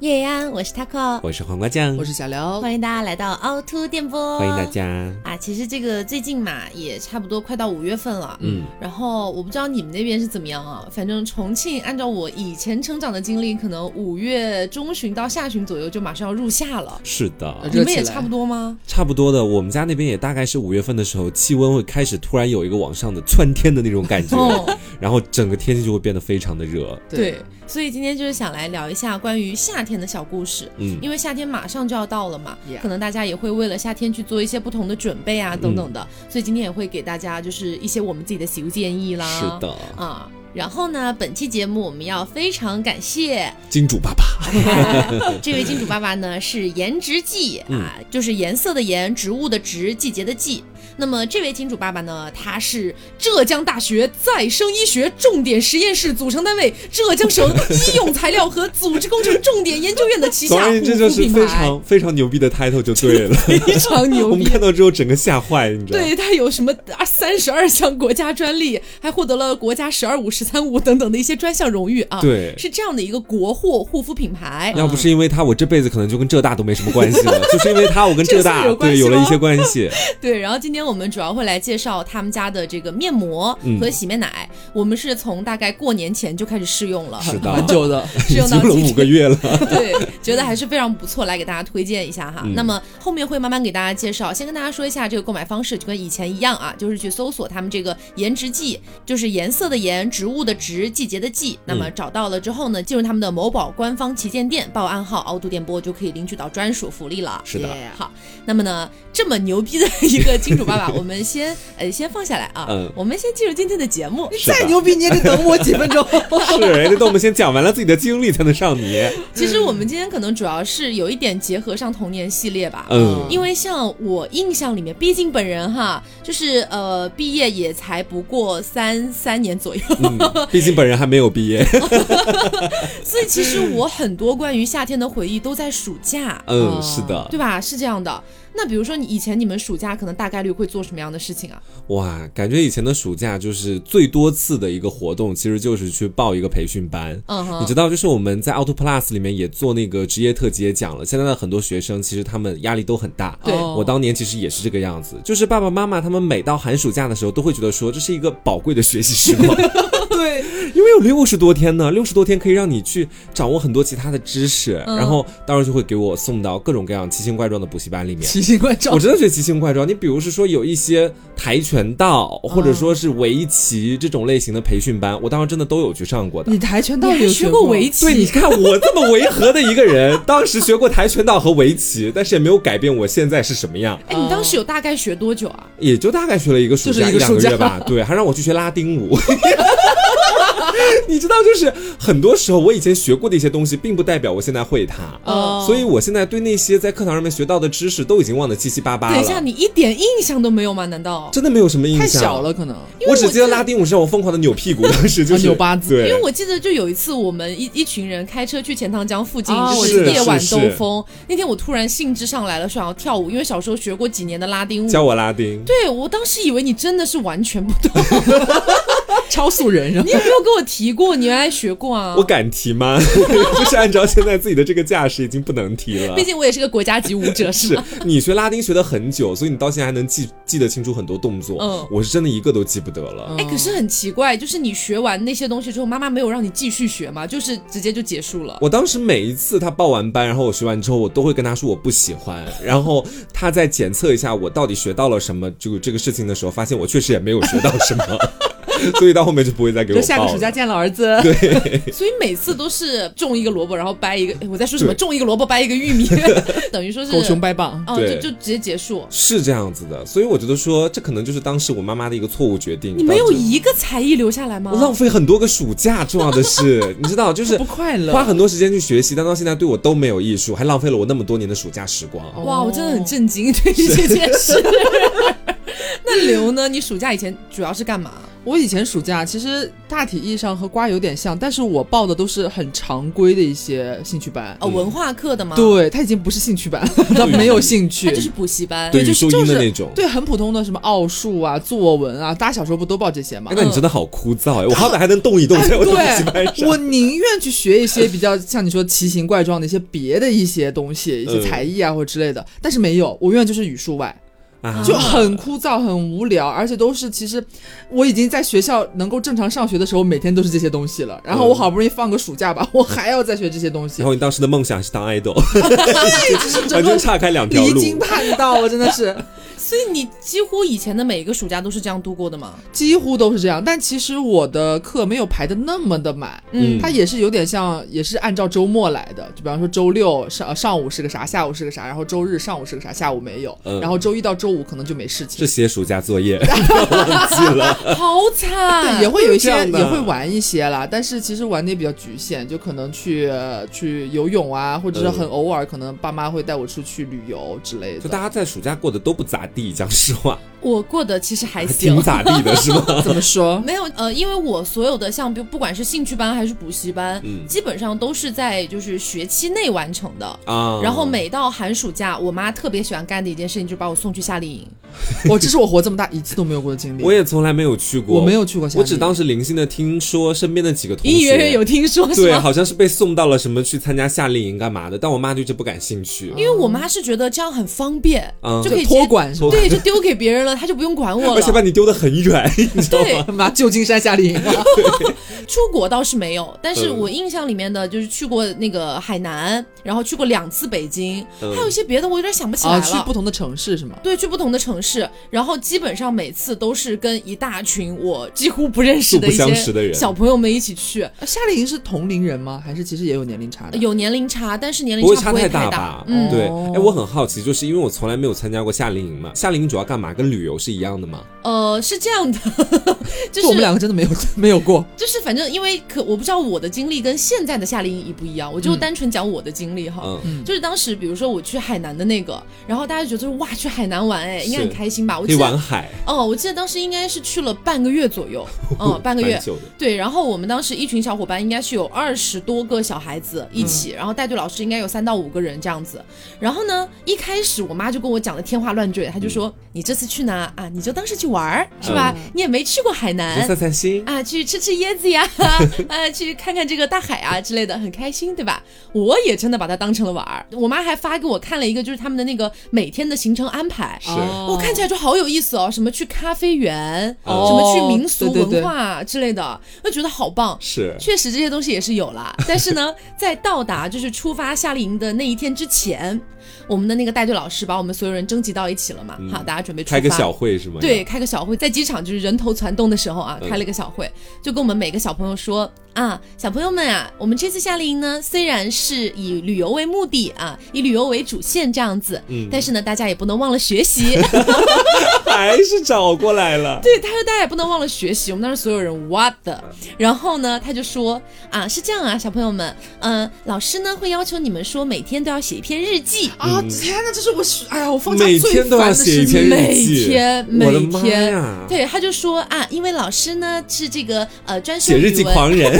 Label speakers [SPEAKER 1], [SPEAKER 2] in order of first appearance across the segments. [SPEAKER 1] 叶安，我是 Taco，
[SPEAKER 2] 我是黄瓜酱，
[SPEAKER 3] 我是小刘，
[SPEAKER 1] 欢迎大家来到凹凸电波，
[SPEAKER 2] 欢迎大家。
[SPEAKER 1] 啊，其实这个最近嘛，也差不多快到五月份了，
[SPEAKER 2] 嗯，
[SPEAKER 1] 然后我不知道你们那边是怎么样啊，反正重庆按照我以前成长的经历，可能五月中旬到下旬左右就马上要入夏了，
[SPEAKER 2] 是的，
[SPEAKER 1] 你
[SPEAKER 3] 热
[SPEAKER 1] 们
[SPEAKER 3] 起
[SPEAKER 1] 也
[SPEAKER 3] 来
[SPEAKER 1] 差不多吗？
[SPEAKER 2] 差不多的。我们家那边也大概是五月份的时候，气温会开始突然有一个往上的窜天的那种感觉，
[SPEAKER 1] 哦，
[SPEAKER 2] 然后整个天气就会变得非常的热。
[SPEAKER 1] 对，所以今天就是想来聊一下关于夏天的小故事。
[SPEAKER 2] 嗯，
[SPEAKER 1] 因为夏天马上就要到了嘛
[SPEAKER 3] Yeah
[SPEAKER 1] 可能大家也会为了夏天去做一些不同的准备啊，
[SPEAKER 2] 嗯
[SPEAKER 1] 等等的、所以今天也会给大家就是一些我们自己的小建议啦。
[SPEAKER 2] 是的，
[SPEAKER 1] 啊。然后呢，本期节目我们要非常感 谢
[SPEAKER 2] 金主爸爸，
[SPEAKER 1] 哎 这位金主爸爸呢，是颜值季
[SPEAKER 2] 嗯
[SPEAKER 1] 啊，就是颜色的颜，植物的植，季节的季。那么这位金主爸爸呢，他是浙江大学再生医学重点实验室组成单位，浙江省医用材料和组织工程重点研究院的旗
[SPEAKER 2] 总
[SPEAKER 1] 下
[SPEAKER 2] 而
[SPEAKER 1] 护
[SPEAKER 2] 言之，这就
[SPEAKER 1] 肤
[SPEAKER 2] 是
[SPEAKER 1] 品
[SPEAKER 2] 非
[SPEAKER 1] 牌。
[SPEAKER 2] 常非常牛逼的 title 就 对了。
[SPEAKER 1] 非常牛
[SPEAKER 2] 我
[SPEAKER 1] 逼。
[SPEAKER 2] 们看到之后整个吓坏，你知道吗？
[SPEAKER 1] 对他有什么啊三十二项国家专利，还获得了国家“十二五”“十三五”等等的一些专项荣誉啊。，
[SPEAKER 2] 对
[SPEAKER 1] 是这样的一个国货护肤品牌。
[SPEAKER 2] 要不是因为他，我这辈子可能就跟浙大都没什么关系 了。就是因为他，我跟浙
[SPEAKER 1] 这
[SPEAKER 2] 大
[SPEAKER 1] 次有关
[SPEAKER 2] 对
[SPEAKER 1] 系
[SPEAKER 2] 有了一
[SPEAKER 1] 吗
[SPEAKER 2] 些关系。
[SPEAKER 1] 对，然后今天我们主要会来介绍他们家的这个面膜
[SPEAKER 2] 嗯
[SPEAKER 1] 和洗面奶，我们是从大概过年前就开始试用了，
[SPEAKER 2] 是的
[SPEAKER 3] 蛮久 的，
[SPEAKER 1] 试
[SPEAKER 2] 已
[SPEAKER 1] 用到
[SPEAKER 2] 经了
[SPEAKER 1] 今
[SPEAKER 2] 五
[SPEAKER 1] 天
[SPEAKER 2] 个月了，
[SPEAKER 1] 对，觉得还是非常不错，来给大家推荐一下哈。
[SPEAKER 2] 嗯
[SPEAKER 1] 那么后面会慢慢给大家介绍，先跟大家说一下这个购买方式，就跟以前一样啊，就是去搜索他们这个颜值季，就是颜色的颜，植物的植，季节的季。那
[SPEAKER 2] 嗯
[SPEAKER 1] 么找到了之后呢，进入他们的某宝官方旗舰店，报暗号“凹凸电波”就可以领取到专属福利了。
[SPEAKER 2] 是的
[SPEAKER 3] Yeah
[SPEAKER 1] 好，那么呢，这么牛逼的一个金主爸爸，我们先呃先放下来啊，
[SPEAKER 2] 嗯
[SPEAKER 1] 我们先进入今天的节目。
[SPEAKER 2] 是
[SPEAKER 3] 再
[SPEAKER 2] 的
[SPEAKER 3] 牛逼你也得等我几分 钟。
[SPEAKER 2] 是人家等我们先讲完了自己的经历才能上你。
[SPEAKER 1] 其
[SPEAKER 2] 嗯
[SPEAKER 1] 实我们今天可能主要是有一点结合上童年系列吧，
[SPEAKER 2] 嗯，
[SPEAKER 1] 因为像我印象里面，毕竟本人哈，就是呃，毕业也才不过三三年左右，
[SPEAKER 2] 嗯，毕竟本人还没有毕业。
[SPEAKER 1] 所以其实我很多关于夏天的回忆都在暑假，
[SPEAKER 2] 嗯，
[SPEAKER 3] 哦
[SPEAKER 2] 是的。
[SPEAKER 1] 对吧？是这样的。那比如说你以前你们暑假可能大概率会做什么样的事情啊？
[SPEAKER 2] 哇，感觉以前的暑假就是最多次的一个活动，其实就是去报一个培训班。
[SPEAKER 1] 嗯
[SPEAKER 2] 你
[SPEAKER 1] 哼，
[SPEAKER 2] 知道，就是我们在 Auto Plus 里面也做那个职业特辑也讲了，现在的很多学生其实他们压力都很大。
[SPEAKER 1] 对
[SPEAKER 3] 哦
[SPEAKER 2] 我当年其实也是这个样子，就是爸爸妈妈他们每到寒暑假的时候，都会觉得说这是一个宝贵的学习时光，
[SPEAKER 3] 对，
[SPEAKER 2] 因为有六十多天呢，六十多天可以让你去掌握很多其他的知识，
[SPEAKER 1] 嗯
[SPEAKER 2] 然后当时就会给我送到各种各样奇形怪状的补习班里面。
[SPEAKER 3] 奇形怪状
[SPEAKER 2] 我。真的觉得奇形怪状。你比如是说有一些跆拳道或者说是围棋这种类型的培训班，我当时真的都有去上过的
[SPEAKER 3] 你。跆拳
[SPEAKER 1] 你
[SPEAKER 3] 道
[SPEAKER 1] 还
[SPEAKER 3] 有
[SPEAKER 1] 学过围？棋？
[SPEAKER 2] 对，你看我这么违和的一个人，当时学过跆拳道和围棋，但是也没有改变我现在是什么样，
[SPEAKER 1] 哎，你当时有大概学多久啊？
[SPEAKER 2] 也就大概学了一个暑
[SPEAKER 3] 就是
[SPEAKER 2] 假
[SPEAKER 3] 一个
[SPEAKER 2] 两个
[SPEAKER 3] 暑假
[SPEAKER 2] 月吧。对， 还让我去学拉丁舞。 你知道，就是很多时候我以前学过的一些东西，并不代表我现在会它。
[SPEAKER 1] 哦
[SPEAKER 2] 所以我现在对那些在课堂上面学到的知识都已经忘得七七八八了。
[SPEAKER 1] 等一下，你一点印象都没有吗？难道？
[SPEAKER 2] 真的没有什么印象。
[SPEAKER 3] 太小了，可能
[SPEAKER 1] 因为
[SPEAKER 2] 我只
[SPEAKER 1] 我
[SPEAKER 2] 记得拉丁舞是让我疯狂的扭屁股， 当时就是
[SPEAKER 3] 啊扭八字
[SPEAKER 2] 对，
[SPEAKER 1] 因为我记得就有一次，我们一一群人开车去钱塘江附近，
[SPEAKER 3] 啊
[SPEAKER 1] 就
[SPEAKER 3] 我
[SPEAKER 2] 记得
[SPEAKER 1] 夜晚
[SPEAKER 2] 是是
[SPEAKER 1] 兜风。那天我突然兴致上来了，想要跳舞，因为小时候学过几年的拉丁舞。
[SPEAKER 2] 教我拉丁。
[SPEAKER 1] 对我当时以为你真的是完全不懂，
[SPEAKER 3] 超速人是吧
[SPEAKER 1] 你？有没有跟我提过你原来学过啊
[SPEAKER 2] 我？敢提吗？就是按照现在自己的这个架势，已经不能提了
[SPEAKER 1] 毕。竟我也是个国家级舞者，是
[SPEAKER 2] 是
[SPEAKER 1] 吧？
[SPEAKER 2] 你学拉丁学了很久，所以你到现在还能记记得清楚很多动作。
[SPEAKER 1] 嗯
[SPEAKER 2] 我是真的一个都记不得了。
[SPEAKER 1] 哎，可是很奇怪，就是你学完那些东西之后，妈妈没有让你继续学嘛，就是直接就结束了。
[SPEAKER 2] 我当时每一次他报完班，然后我学完之后，我都会跟他说我不喜欢，然后他再检测一下我到底学到了什么，就这个事情的时候，发现我确实也没有学到什么， 所以到后面就不会再给我
[SPEAKER 3] 就
[SPEAKER 2] 报了。
[SPEAKER 3] 下个暑假见了儿 子。
[SPEAKER 1] 所以每次都是种一个萝卜，然后掰一个。哎我在说什么？
[SPEAKER 2] 对
[SPEAKER 1] 种一个萝卜掰一个玉 米， 等于说是
[SPEAKER 3] 狗熊掰棒，
[SPEAKER 1] 哦，就
[SPEAKER 2] 对
[SPEAKER 1] 就直接结束。
[SPEAKER 2] 是这样子的，所以我觉得说，这可能就是当时我妈妈的一个错误决定。
[SPEAKER 1] 你没有
[SPEAKER 2] 导致
[SPEAKER 1] 一个才艺留下来吗？
[SPEAKER 2] 我浪费很多个暑假，重要的是，你知道，就是
[SPEAKER 3] 不快乐。
[SPEAKER 2] 花很多时间去学习，但到现在对我都没有益处，还浪费了我那么多年的暑假时光。
[SPEAKER 3] 哦
[SPEAKER 1] 哇，我真的很 震惊对于这件事。那刘呢？你暑假以前主要是干嘛？
[SPEAKER 3] 我以前暑假其实大体意义上和瓜有点像，但是我报的都是很常规的一些兴趣班。
[SPEAKER 2] 嗯
[SPEAKER 1] 呃，文化课的吗？，
[SPEAKER 3] 对，它已经不是兴趣 班了，它哦没有兴趣
[SPEAKER 1] 它就。是补习班。
[SPEAKER 2] 对于
[SPEAKER 3] 就是
[SPEAKER 2] 收音的
[SPEAKER 3] 就是
[SPEAKER 2] 那种。
[SPEAKER 3] 对，很普通的什么奥数啊、作文啊，大家小时候不都报这些吗
[SPEAKER 2] 哎，？那你真的好枯燥 哎！我好歹还能动一动，在我的补习班
[SPEAKER 3] 嗯对，
[SPEAKER 2] 上。
[SPEAKER 3] 我宁愿去学一些比较像你说奇形怪状的一些别的一些东西，一些
[SPEAKER 2] 嗯
[SPEAKER 3] 才艺啊或者之类的，但是没有，我永远就是语数外，
[SPEAKER 2] 啊
[SPEAKER 3] 就很枯燥、很无聊，而且都是其实我已经在学校能够正常上学的时候，每天都是这些东西了，然后我好不容易放个暑假吧，我还要再学这些东西
[SPEAKER 2] 嗯
[SPEAKER 3] 哎
[SPEAKER 2] 然，后你当时的梦想是当 idol，
[SPEAKER 3] 就是整
[SPEAKER 2] 完
[SPEAKER 3] 个
[SPEAKER 2] 全岔开两条
[SPEAKER 3] 离
[SPEAKER 2] 路。
[SPEAKER 3] 经叛道，我真的是。
[SPEAKER 1] 所以你几乎以前的每一个暑假都是这样度过的吗？
[SPEAKER 3] 几乎都是这样，但其实我的课没有排的那么的满，
[SPEAKER 2] 嗯
[SPEAKER 3] 它也是有点像，也是按照周末来的，就比方说周六上呃上午是个啥，下午是个啥，然后周日上午是个啥，下午没有，
[SPEAKER 2] 嗯
[SPEAKER 3] 然后周一到周五可能就没事
[SPEAKER 2] 这
[SPEAKER 3] 情，
[SPEAKER 2] 写暑假作 业忘记了，
[SPEAKER 1] 好惨，
[SPEAKER 3] 对，也会有一些
[SPEAKER 2] 这样的
[SPEAKER 3] 也会玩一些啦，但是其实玩的也比较局限，就可能去呃去游泳啊，或者是很
[SPEAKER 2] 嗯
[SPEAKER 3] 偶尔可能爸妈会带我出去旅游之类
[SPEAKER 2] 就
[SPEAKER 3] 的。
[SPEAKER 2] 大家在暑假过得都不咋地，讲实话，
[SPEAKER 1] 我过得其实还
[SPEAKER 2] 还
[SPEAKER 1] 行
[SPEAKER 2] 挺。咋地 的是吗？
[SPEAKER 3] 怎么说？
[SPEAKER 1] 没有，呃，因为我所有的像，比如不管是兴趣班还是补习班，
[SPEAKER 2] 嗯
[SPEAKER 1] 基本上都是在就是学期内完成的。
[SPEAKER 2] 啊，
[SPEAKER 1] 然后每到寒暑假，我妈特别喜欢干的一件事情就是把我送去夏令营。
[SPEAKER 3] 我这是我活这么大一次都没有过的经历，
[SPEAKER 2] 我也从来没有去过，
[SPEAKER 3] 我没有去过夏
[SPEAKER 2] 我
[SPEAKER 3] 令营，
[SPEAKER 2] 只当时零星的听说身边的几个同学
[SPEAKER 1] 隐隐约约有听说是
[SPEAKER 2] 对，
[SPEAKER 1] 吗？
[SPEAKER 2] 好像是被送到了什么去参加夏令营干嘛的，但我妈就一直不感兴趣。
[SPEAKER 1] 因为我妈是觉得这样很方便，
[SPEAKER 2] 嗯
[SPEAKER 1] 就可以直接
[SPEAKER 3] 托管是吧？
[SPEAKER 1] 对，就丢给别人了，她就不用管我
[SPEAKER 2] 而且把
[SPEAKER 1] 了。
[SPEAKER 2] 你丢得很 远，你知道吗？
[SPEAKER 1] 对，
[SPEAKER 3] 妈，旧金山夏令营啊！
[SPEAKER 1] 出国倒是没有，但是
[SPEAKER 2] 嗯
[SPEAKER 1] 我印象里面的就是去过那个海南，然后去过两次北京，
[SPEAKER 2] 嗯
[SPEAKER 1] 还有一些别的我有点想不起来
[SPEAKER 3] 啊，
[SPEAKER 1] 了。
[SPEAKER 3] 去不同的城市是吗？
[SPEAKER 1] 对，去不同的城市，然后基本上每次都是跟一大群我几乎不认识的一
[SPEAKER 2] 素不相识的
[SPEAKER 1] 些
[SPEAKER 2] 人
[SPEAKER 1] 小朋友们一起去，
[SPEAKER 3] 啊夏令营是同龄人吗？还是其实也有年龄差的？
[SPEAKER 1] 有年龄差，但是年
[SPEAKER 2] 不
[SPEAKER 1] 龄
[SPEAKER 2] 会
[SPEAKER 1] 差
[SPEAKER 2] 差
[SPEAKER 1] 不会
[SPEAKER 2] 太
[SPEAKER 1] 太
[SPEAKER 2] 大
[SPEAKER 1] 大
[SPEAKER 2] 吧？
[SPEAKER 1] 嗯，
[SPEAKER 2] 对，
[SPEAKER 3] 哦
[SPEAKER 2] 哎，我很好奇，就是因为我从来没有参加过夏令营嘛，夏令营主要干嘛？跟旅游是一样的吗？
[SPEAKER 1] 呃，是这样的， 就
[SPEAKER 3] 就我们
[SPEAKER 1] 是
[SPEAKER 3] 两个真的没有 没有过。
[SPEAKER 1] 就是反正因为可我不知道我的经历跟现在的夏令营一不一样，我就
[SPEAKER 3] 嗯
[SPEAKER 1] 单纯讲我的经历哈。
[SPEAKER 2] 嗯，
[SPEAKER 1] 就是当时，比如说我去海南的那个，然后大家就觉得哇，去海南玩哎，应该
[SPEAKER 2] 是
[SPEAKER 1] 很开心吧？我
[SPEAKER 2] 可以
[SPEAKER 1] 记
[SPEAKER 2] 玩
[SPEAKER 1] 得，
[SPEAKER 2] 海，
[SPEAKER 1] 哦，我记得当时应该是去了半个月左 右，嗯，半个月
[SPEAKER 2] 蛮，久的。
[SPEAKER 1] 对，然后我们当时一群小伙伴应该是有二十多个小孩子一起，
[SPEAKER 2] 嗯
[SPEAKER 1] 然后带队老师应该有三到五个人这样子。然后呢，一开始我妈就跟我讲的天花乱坠，她
[SPEAKER 2] 嗯
[SPEAKER 1] 就说：“你这次去哪啊？你就当是去玩儿，是吧？你也没去过海
[SPEAKER 2] 你就
[SPEAKER 1] 南。
[SPEAKER 2] 散散心，
[SPEAKER 1] 啊，去吃吃椰子呀， 啊，去看看这个大海啊之类的，很开心，对吧？我也真的把它当成了玩儿。我妈还发给我看了一个，就是他们的那个每天的行程安排，
[SPEAKER 2] 是
[SPEAKER 3] 哦
[SPEAKER 1] 我看起来就好有意思哦，什么去咖啡园，
[SPEAKER 2] 哦
[SPEAKER 1] 什么去民俗
[SPEAKER 3] 对对对
[SPEAKER 1] 文化之类的，我觉得好棒。
[SPEAKER 2] 是
[SPEAKER 1] 确实这些东西也是有啦，但是呢，在到达就是出发夏令营的那一天之前，我们的那个带队老师把我们所有人征集到一起了嘛，好，大家准备出发。
[SPEAKER 2] 开个小会是吗？
[SPEAKER 1] 对，，开个小会，在机场就是人头攒动的时候啊，
[SPEAKER 2] 嗯
[SPEAKER 1] 开了个小会，就跟我们每个小朋友说啊，小朋友们啊，我们这次夏令营呢，虽然是以旅游为目的啊，以旅游为主线这样子，
[SPEAKER 2] 嗯
[SPEAKER 1] 但是呢，大家也不能忘了学 习。
[SPEAKER 2] 还是找过来了。
[SPEAKER 1] 对，他说大家也不能忘了学习。我们当时所有人 what 的，然后呢，他就说啊，是这样啊，小朋友们，嗯、老师呢会要求你们说每天都要写一篇日记。
[SPEAKER 3] 啊！天哪，这是我是哎呀，我放假
[SPEAKER 2] 嗯每
[SPEAKER 3] 最
[SPEAKER 2] 天都要
[SPEAKER 3] 烦的
[SPEAKER 2] 写一
[SPEAKER 3] 事
[SPEAKER 2] 篇
[SPEAKER 3] 情。
[SPEAKER 2] 日
[SPEAKER 1] 每
[SPEAKER 2] 记，
[SPEAKER 1] 天
[SPEAKER 2] 哎我的
[SPEAKER 1] 每
[SPEAKER 2] 妈
[SPEAKER 1] 天
[SPEAKER 2] 呀！
[SPEAKER 1] 对，他就说啊，因为老师呢是这个呃专修
[SPEAKER 2] 写日
[SPEAKER 1] 语
[SPEAKER 2] 记
[SPEAKER 1] 文，
[SPEAKER 2] 狂人，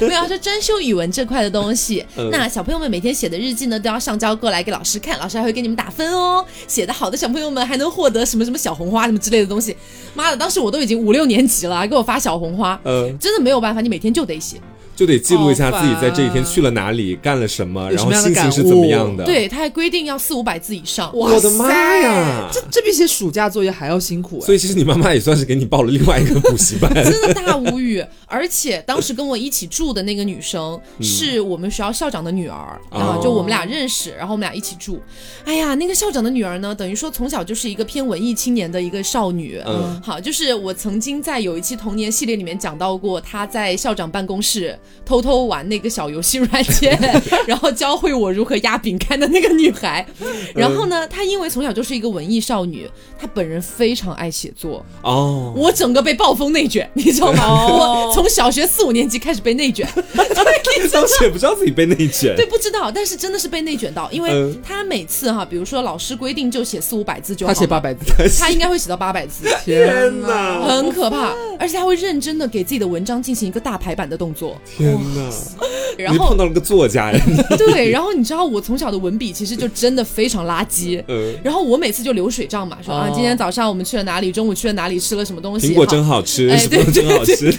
[SPEAKER 1] 没有，他啊说专修语文这块的东西。
[SPEAKER 2] 嗯
[SPEAKER 1] 那小朋友们每天写的日记呢，都要上交过来给老师看，老师还会给你们打分哦。写的好的小朋友们还能获得什么什么小红花什么之类的东西。妈的，当时我都已经五六年级了，还给我发小红花。
[SPEAKER 2] 嗯，
[SPEAKER 1] 真的没有办法，你每天就得写。
[SPEAKER 2] 就得记录一下
[SPEAKER 3] 好
[SPEAKER 2] 自己在这一天
[SPEAKER 3] 烦
[SPEAKER 2] 去了哪里，干了什么，
[SPEAKER 3] 有
[SPEAKER 2] 然
[SPEAKER 3] 什
[SPEAKER 2] 后
[SPEAKER 3] 么样的
[SPEAKER 2] 心情
[SPEAKER 3] 感
[SPEAKER 2] 是怎么
[SPEAKER 3] 悟
[SPEAKER 2] 样的。，
[SPEAKER 1] 对，他还规定要四五百字以上。
[SPEAKER 2] 我的妈呀
[SPEAKER 3] 哇塞这这比写暑假作业还要辛苦哎！
[SPEAKER 2] 所以其实你妈妈也算是给你报了另外一个补习班。
[SPEAKER 1] 真的大无语。而且当时跟我一起住的那个女生是我们学校校长的女儿
[SPEAKER 2] 嗯哦
[SPEAKER 1] 啊，就我们俩认识，然后我们俩一起住。哎呀，那个校长的女儿呢，等于说从小就是一个偏文艺青年的一个少女。
[SPEAKER 2] 嗯
[SPEAKER 1] 好，就是我曾经在有一期童年系列里面讲到过，她在校长办公室偷偷玩那个小游戏软 件，然后教会我如何压饼干的那个女孩。
[SPEAKER 2] 嗯
[SPEAKER 1] 然后呢，她因为从小就是一个文艺少女，她本人非常爱写作，
[SPEAKER 2] 哦，
[SPEAKER 1] 我整个被暴风内卷， 你知道吗？
[SPEAKER 3] 哦
[SPEAKER 1] 我从小学四五年级开始被内卷，对，你知道
[SPEAKER 2] 当时也不知道自己被内卷
[SPEAKER 1] 对，，不知道，但是真的是被内卷到，因为
[SPEAKER 2] 嗯
[SPEAKER 1] 他每次哈，比如说老师规定就写四五百字就好，
[SPEAKER 3] 哎他写八，百字，
[SPEAKER 1] 他应该会写到八百字，
[SPEAKER 2] 天哪，
[SPEAKER 1] 很可怕，而且他会认真的给自己的文章进行一个大排版的动作，
[SPEAKER 2] 天哪，
[SPEAKER 1] 然
[SPEAKER 2] 你碰
[SPEAKER 1] 后
[SPEAKER 2] 到了个作家呀，你
[SPEAKER 1] 对，然后你知道我从小的文笔其实就真的非常垃圾。
[SPEAKER 2] 嗯，
[SPEAKER 1] 然后我每次就流水账嘛，说啊，
[SPEAKER 3] 哦
[SPEAKER 1] 今天早上我们去了哪里，中午去了哪里，吃了什么东西，
[SPEAKER 2] 苹果
[SPEAKER 1] 好
[SPEAKER 2] 真好吃，
[SPEAKER 1] 哎
[SPEAKER 2] 什么都
[SPEAKER 1] 对
[SPEAKER 2] 真好吃，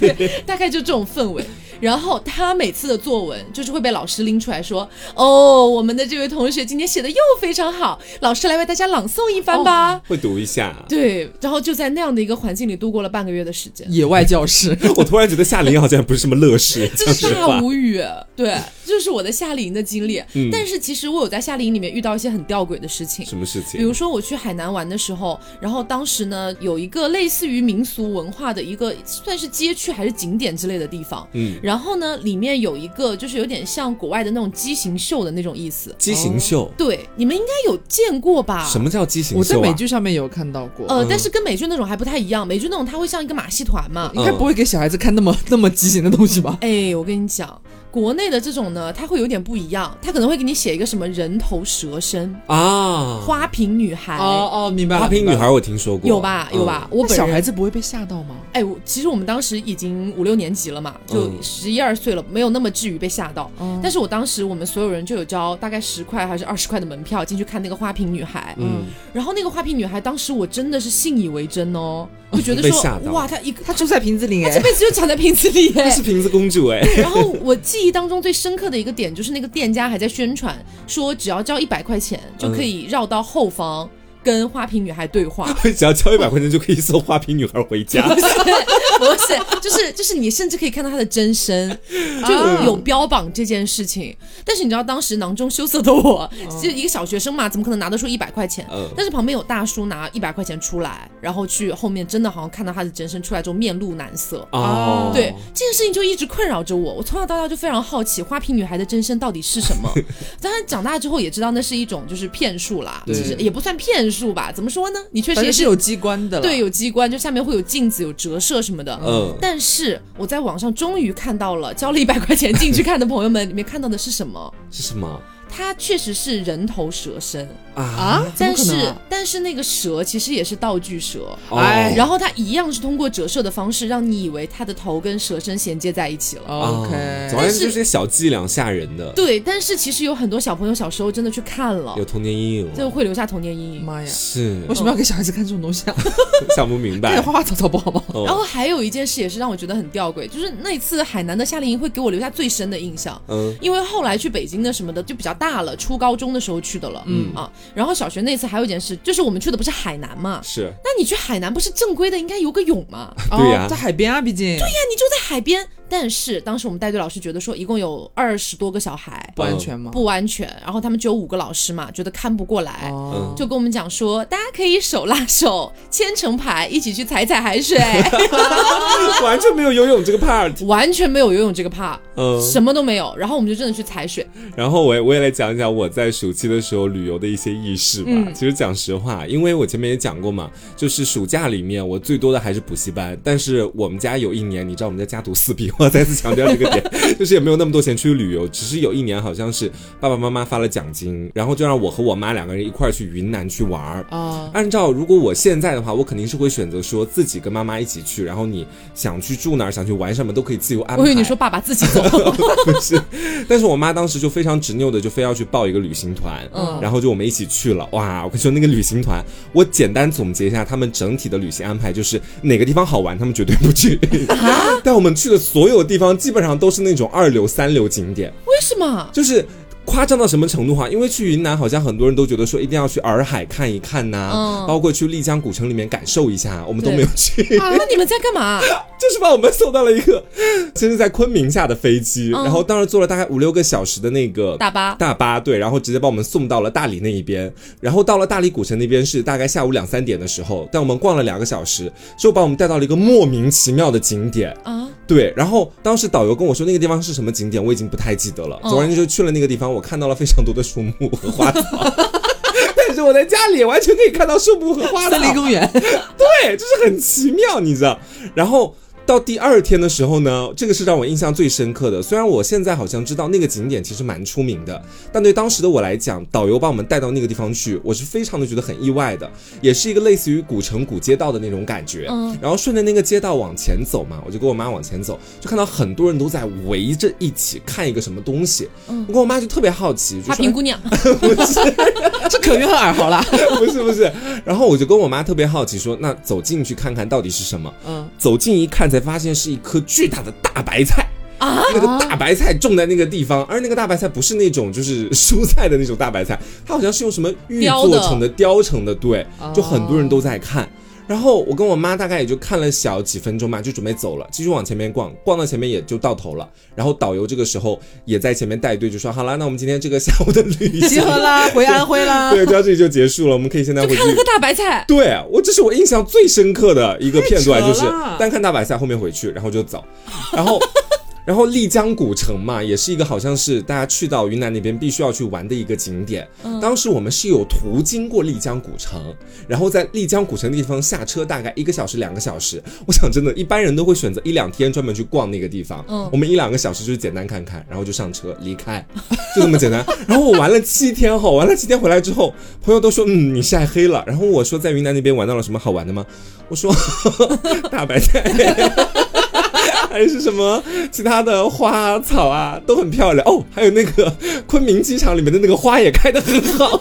[SPEAKER 1] 大概就这种氛围。然后他每次的作文就是会被老师拎出来说：“哦，我们的这位同学今天写的又非常好，老师来为大家朗诵一番吧。
[SPEAKER 2] 会读一下。
[SPEAKER 1] 对，然后就在那样的一个环境里度过了半个月的时 间，
[SPEAKER 3] 野外教室。
[SPEAKER 2] 我突然觉得夏令营好像也不是什么 乐事，
[SPEAKER 1] 真
[SPEAKER 2] 讲
[SPEAKER 1] 是
[SPEAKER 2] 实话
[SPEAKER 1] 大，无语。对，这就是我的夏令营的经历。但是其实我有在夏令营里面遇到一些很吊诡的事情，
[SPEAKER 2] 什么事情？
[SPEAKER 1] 比如说我去海南玩的时候，然后当时呢有一个类似于民俗文化的一个算是街区还是景点之类的地方，
[SPEAKER 2] 嗯，
[SPEAKER 1] 然后呢里面有一个就是有点像国外的那种畸形秀的那种意思，
[SPEAKER 2] 畸形秀，
[SPEAKER 1] 对，你们应该有见过吧？
[SPEAKER 2] 什么叫畸形
[SPEAKER 3] 我在
[SPEAKER 2] 秀
[SPEAKER 3] 美
[SPEAKER 2] 啊？
[SPEAKER 3] 剧上面有看到过，
[SPEAKER 1] 呃，但是跟美剧那种还不太一样，美剧那种它会像一个马戏团嘛。
[SPEAKER 3] 应该
[SPEAKER 2] 嗯
[SPEAKER 3] 不会给小孩子看那么那么畸形的东 西吧？
[SPEAKER 1] 哎，我跟你讲，国内的这种呢，它会有点不一样，它可能会给你写一个什么人头蛇身、
[SPEAKER 2] 啊，
[SPEAKER 1] 花瓶女孩，
[SPEAKER 3] 哦，明白
[SPEAKER 2] 花瓶女孩我听说过，嗯
[SPEAKER 1] 有吧？有吧？哎我
[SPEAKER 3] 那
[SPEAKER 1] 本
[SPEAKER 3] 小
[SPEAKER 1] 人
[SPEAKER 3] 孩子不会被吓到吗？
[SPEAKER 1] 哎，我其实我们当时已经五六年级了嘛，就
[SPEAKER 2] 嗯
[SPEAKER 1] 十一二岁了，没有那么至于被吓到。
[SPEAKER 3] 嗯
[SPEAKER 1] 但是我当时我们所有人就有交大概十块还是二十块的门票进去看那个花瓶女孩，
[SPEAKER 2] 嗯？
[SPEAKER 1] 然后那个花瓶女孩当时我真的是信以为 真哦，就觉得
[SPEAKER 2] 被
[SPEAKER 1] 说
[SPEAKER 2] 吓到
[SPEAKER 1] 哇，她 一个
[SPEAKER 3] 他住在瓶子里
[SPEAKER 1] 这
[SPEAKER 3] 哎，
[SPEAKER 1] 辈子就长在瓶子里
[SPEAKER 2] 嗯，
[SPEAKER 1] 耶
[SPEAKER 2] 是。瓶子 公主哎，
[SPEAKER 1] 然后我记忆当中最深刻的一个点就是那个店家还在宣传说只要交一百块钱就可以绕到后方跟花瓶女孩对话，
[SPEAKER 2] 只要交一百块钱就可以送花瓶女孩回 家，
[SPEAKER 1] 不是，就是就是你甚至可以看到他的真身，就有
[SPEAKER 3] 嗯
[SPEAKER 1] 有标榜这件事情。但是你知道当时囊中羞涩的我，
[SPEAKER 3] 嗯
[SPEAKER 1] 就一个小学生嘛，怎么可能拿得出一百块钱？
[SPEAKER 2] 嗯
[SPEAKER 1] 但是旁边有大叔拿一百块钱出来，然后去后面真的好像看到他的真身出来之后面露难色。
[SPEAKER 2] 哦，
[SPEAKER 1] 对这件事情就一直困扰着我，我从小到大就非常好奇花瓶女孩的真身到底是 什么。当然长大之后也知道那是一种就是骗术啦，
[SPEAKER 3] 对
[SPEAKER 1] 其实也不算骗术吧，怎么说呢？你确实
[SPEAKER 3] 反
[SPEAKER 1] 也
[SPEAKER 3] 正是
[SPEAKER 1] 是
[SPEAKER 3] 有机关的了。
[SPEAKER 1] 对，有机关，就下面会有镜子、有折射什么的。
[SPEAKER 2] 嗯
[SPEAKER 1] 但是我在网上终于看到了，交了一百块钱进去看的朋友们，里面看到的是什么？
[SPEAKER 2] 是什么
[SPEAKER 1] 它确实是人头蛇身，
[SPEAKER 2] 啊？
[SPEAKER 3] 啊，怎
[SPEAKER 1] 但
[SPEAKER 3] 么可能
[SPEAKER 1] 是
[SPEAKER 3] 啊
[SPEAKER 1] 但是那个蛇其实也是道具蛇，
[SPEAKER 2] 哦
[SPEAKER 3] 哎
[SPEAKER 1] 然后它一样是通过折射的方式，让你以为它的头跟蛇身衔接在一起了。
[SPEAKER 2] 啊
[SPEAKER 3] ，OK，
[SPEAKER 2] 总而言之就是些小伎俩吓人的，
[SPEAKER 1] 对，但是其实有很多小朋友小时候真的去看了
[SPEAKER 2] 有，童年阴影
[SPEAKER 1] 就
[SPEAKER 2] 了，
[SPEAKER 1] 会留下童年阴影。
[SPEAKER 3] 妈呀，
[SPEAKER 2] 是
[SPEAKER 3] 为什么要给小孩子看这种东 西啊？
[SPEAKER 2] 想不明
[SPEAKER 3] 看
[SPEAKER 2] 白
[SPEAKER 3] 点。花花草草不好吗？
[SPEAKER 2] 哦
[SPEAKER 1] 然后还有一件事也是让我觉得很吊诡，就是那一次海南的夏令营会给我留下最深的印象。
[SPEAKER 2] 嗯，
[SPEAKER 1] 因为后来去北京的什么的就比较大了，初高中的时候去的了，嗯啊，然后小学那次还有一件事，就是我们去的不是海南嘛，
[SPEAKER 2] 是
[SPEAKER 1] 那你去海南不是正规的应该游个泳吗？对
[SPEAKER 2] 对呀
[SPEAKER 3] 哦在海边啊，毕竟
[SPEAKER 1] 呀，你就在海边，但是当时我们带队老师觉得说一共有二十多个小孩
[SPEAKER 3] 不安全吗？
[SPEAKER 1] 不安全，然后他们只有五个老师嘛，觉得看不过来。
[SPEAKER 3] 哦，
[SPEAKER 1] 就跟我们讲说，大家可以手拉手牵成排，一起去踩踩海水，
[SPEAKER 2] 完全没有游泳这个 part。
[SPEAKER 1] 完全没有游泳这个怕，
[SPEAKER 2] 嗯，
[SPEAKER 1] 什么都没有。然后我们就真的去踩水，
[SPEAKER 2] 然后我也我也来讲一讲我在暑期的时候旅游的一些轶事吧。
[SPEAKER 1] 嗯
[SPEAKER 2] 其实讲实话，因为我前面也讲过嘛，就是暑假里面我最多的还是补习班，但是我们家有一年，你知道我们家家徒四壁，我要再次强调这个点， 就是也没有那么多钱出去旅游，只是有一年好像是爸爸妈妈发了奖金，然后就让我和我妈两个人一块儿去云南去玩儿。
[SPEAKER 1] 哦
[SPEAKER 3] 啊，
[SPEAKER 2] 按照如果我现在的话，我肯定是会选择说自己跟妈妈一起去，然后你想去住哪儿，想去玩什么都可以自由安排。
[SPEAKER 1] 我以为你说爸爸自己走，
[SPEAKER 2] 不是，但是我妈当时就非常执拗的，就非要去报一个旅行团，
[SPEAKER 1] 嗯
[SPEAKER 2] 然后就我们一起去了。哇，我跟你说那个旅行团，我简单总结一下他们整体的旅行安排，就是哪个地方好玩，他们绝对不去。
[SPEAKER 1] 啊
[SPEAKER 2] 但我们去的所有地方基本上都是那种二流、三流景点，
[SPEAKER 1] 为什么？
[SPEAKER 2] 就是。夸张到什么程度哈、因为去云南，好像很多人都觉得说一定要去洱海看一看呐、
[SPEAKER 1] 嗯
[SPEAKER 2] 包括去丽江古城里面感受一下，我们都
[SPEAKER 1] 对
[SPEAKER 2] 没有去。
[SPEAKER 1] 啊，那你们在干嘛？
[SPEAKER 2] 就是把我们送到了一个， 先是在昆明下的飞机，
[SPEAKER 1] 嗯
[SPEAKER 2] 然后当时坐了大概五六个小时的那个
[SPEAKER 1] 大巴
[SPEAKER 2] 大巴对，然后直接把我们送到了大理那一边，然后到了大理古城那边是大概下午两三点的时候，但我们逛了两个小时，之后把我们带到了一个莫名其妙的景点，
[SPEAKER 1] 啊，
[SPEAKER 2] 对，然后当时导游跟我说那个地方是什么景点，我已经不太记得了。
[SPEAKER 1] 嗯
[SPEAKER 2] 总而言之，就去了那个地方，我看到了非常多的树木和花草。 但是我在家里完全可以看到树木和花草
[SPEAKER 3] 森，林公园，
[SPEAKER 2] 对，就是很奇妙，你知道。然后到第二天的时候呢，这个是让我印象最深刻的。虽然我现在好像知道那个景点其实蛮出名的，但对当时的我来讲，导游把我们带到那个地方去，我是非常的觉得很意外的，也是一个类似于古城古街道的那种感觉。
[SPEAKER 1] 嗯
[SPEAKER 2] 然后顺着那个街道往前走嘛，我就跟我妈往前走，就看到很多人都在围着一起看一个什么东西。我跟我妈就特别好奇，就
[SPEAKER 1] 花
[SPEAKER 2] 说
[SPEAKER 1] 瓶姑娘，
[SPEAKER 3] 这可约翰尔豪啦。
[SPEAKER 2] 不是不是，然后我就跟我妈特别好奇说，那走进去看看到底是什么。
[SPEAKER 3] 嗯，
[SPEAKER 2] 走近一看，才发现是一棵巨大的大白菜。啊，那个大白菜种在那个地方，而那个大白菜不是那种就是蔬菜的那种大白菜，它好像是用什么玉
[SPEAKER 1] 雕
[SPEAKER 2] 做
[SPEAKER 1] 的
[SPEAKER 2] 成的、雕成的，对
[SPEAKER 3] 哦，
[SPEAKER 2] 就很多人都在看。然后我跟我妈大概也就看了小几分钟吧，就准备走了，继续往前面逛，逛到前面也就到头了。然后导游这个时候也在前面带队，就说：“好啦，那我们今天这个下午的旅
[SPEAKER 3] 集
[SPEAKER 2] 行，
[SPEAKER 3] 合啦，回安徽 啦。
[SPEAKER 2] 对，就到这里就结束了。我们可以现在
[SPEAKER 1] 就
[SPEAKER 2] 回去
[SPEAKER 1] 看了个大白 菜，
[SPEAKER 2] 对我，这是我印象最深刻的一个片段，
[SPEAKER 3] 太
[SPEAKER 2] 就
[SPEAKER 3] 扯
[SPEAKER 2] 是
[SPEAKER 3] 了
[SPEAKER 2] 单看大白菜，后面回去，然后就走，然后。 然后丽江古城嘛，也是一个好像是大家去到云南那边必须要去玩的一个景点。
[SPEAKER 3] 嗯
[SPEAKER 2] 当时我们是有途经过丽江古城，然后在丽江古城的地方下车，大概一个小时、两个小时。我想真的，一般人都会选择一两天专门去逛那个地方。
[SPEAKER 1] 嗯
[SPEAKER 2] 我们一两个小时就是简单看看，然后就上车离开，就这么简单。然后我玩了七天哈，玩了七天回来之后，朋友都说嗯你晒黑了。然后我说在云南那边玩到了什么好玩的吗？我说大白菜。 还是什么其他的花草啊，都很漂亮哦。还有那个昆明机场里面的那个花也开得很好，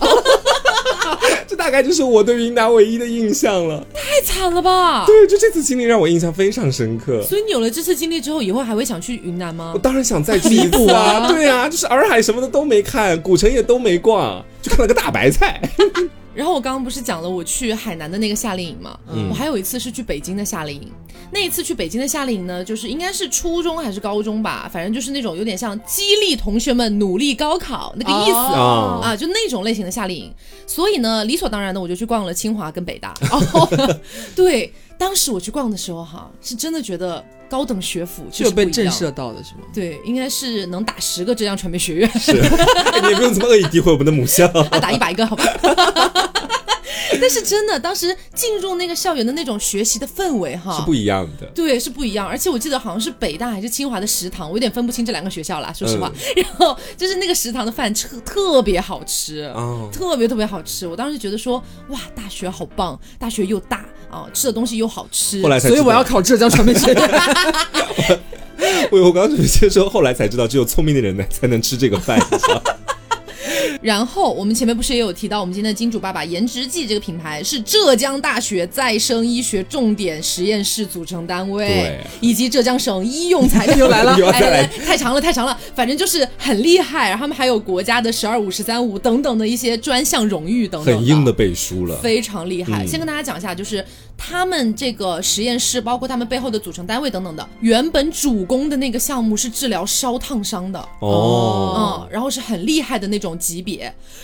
[SPEAKER 2] 这大概就是我对云南唯一的印象了。
[SPEAKER 1] 太惨了吧！
[SPEAKER 2] 对，就这次经历让我印象非常深刻。
[SPEAKER 1] 所以你有了这次经历之后，以后还会想去云南吗
[SPEAKER 2] 我？当然想再去一
[SPEAKER 1] 弥
[SPEAKER 2] 次
[SPEAKER 1] 补
[SPEAKER 2] 啊！
[SPEAKER 1] 啊
[SPEAKER 2] 对啊，就是洱海什么的都没看，古城也都没逛，就看了个大白菜。
[SPEAKER 1] 然后我刚刚不是讲了我去海南的那个夏令营吗？
[SPEAKER 2] 嗯
[SPEAKER 1] 我还有一次是去北京的夏令营。那一次去北京的夏令营呢，就是应该是初中还是高中吧，反正就是那种有点像激励同学们努力高考那个意思。
[SPEAKER 2] 哦
[SPEAKER 1] 啊，就那种类型的夏令营，所以呢，理所当然的我就去逛了清华跟北 大。对，当时我去逛的时候哈，是真的觉得高等学府就是
[SPEAKER 3] 有被
[SPEAKER 1] 不一样
[SPEAKER 3] 震慑。到的是吗？
[SPEAKER 1] 对，应该是能打十个浙江传媒学院，
[SPEAKER 2] 是，哎 你也不用这么恶意诋毁我们的母 校。
[SPEAKER 1] 啊，打一百个，好吧。 但是真的，当时进入那个校园的那种学习的氛围哈，
[SPEAKER 2] 是不一样的。
[SPEAKER 1] 对，是不一样。而且我记得好像是北大还是清华的食堂，我有点分不清这两个学校啦，说实
[SPEAKER 2] 嗯
[SPEAKER 1] 话。 然后就是那个食堂的饭特特别好吃。
[SPEAKER 2] 哦，
[SPEAKER 1] 特别特别好吃，我当时觉得说，哇，大学好棒，大学又大啊，吃的东西又好吃。
[SPEAKER 2] 后来才
[SPEAKER 3] 所以我要考浙江传媒学院。
[SPEAKER 2] 我我刚刚准备说，后来才知道只有聪明的人呢才能吃这个 饭，你知道吗
[SPEAKER 1] 然后我们前面不是也有提到，我们今天的金主爸爸颜值记这个品牌是浙江大学再生医学重点实验室组成单位
[SPEAKER 2] 对，
[SPEAKER 1] 以及浙江省医用 材料
[SPEAKER 3] 又来了
[SPEAKER 2] 又要
[SPEAKER 1] 哎
[SPEAKER 2] 再来
[SPEAKER 1] 哎太长了太长了，反正就是很厉害。然后他们还有国家的“十二五”“十三五”等等的一些专项荣誉等等，
[SPEAKER 2] 很硬的。背书了。
[SPEAKER 1] 非常厉害，
[SPEAKER 2] 嗯
[SPEAKER 1] 先跟大家讲一下，就是他们这个实验室，包括他们背后的组成单位等等的，原本主攻的那个项目是治疗烧烫伤的，
[SPEAKER 2] 哦，
[SPEAKER 1] 嗯，然后是很厉害的那种级别。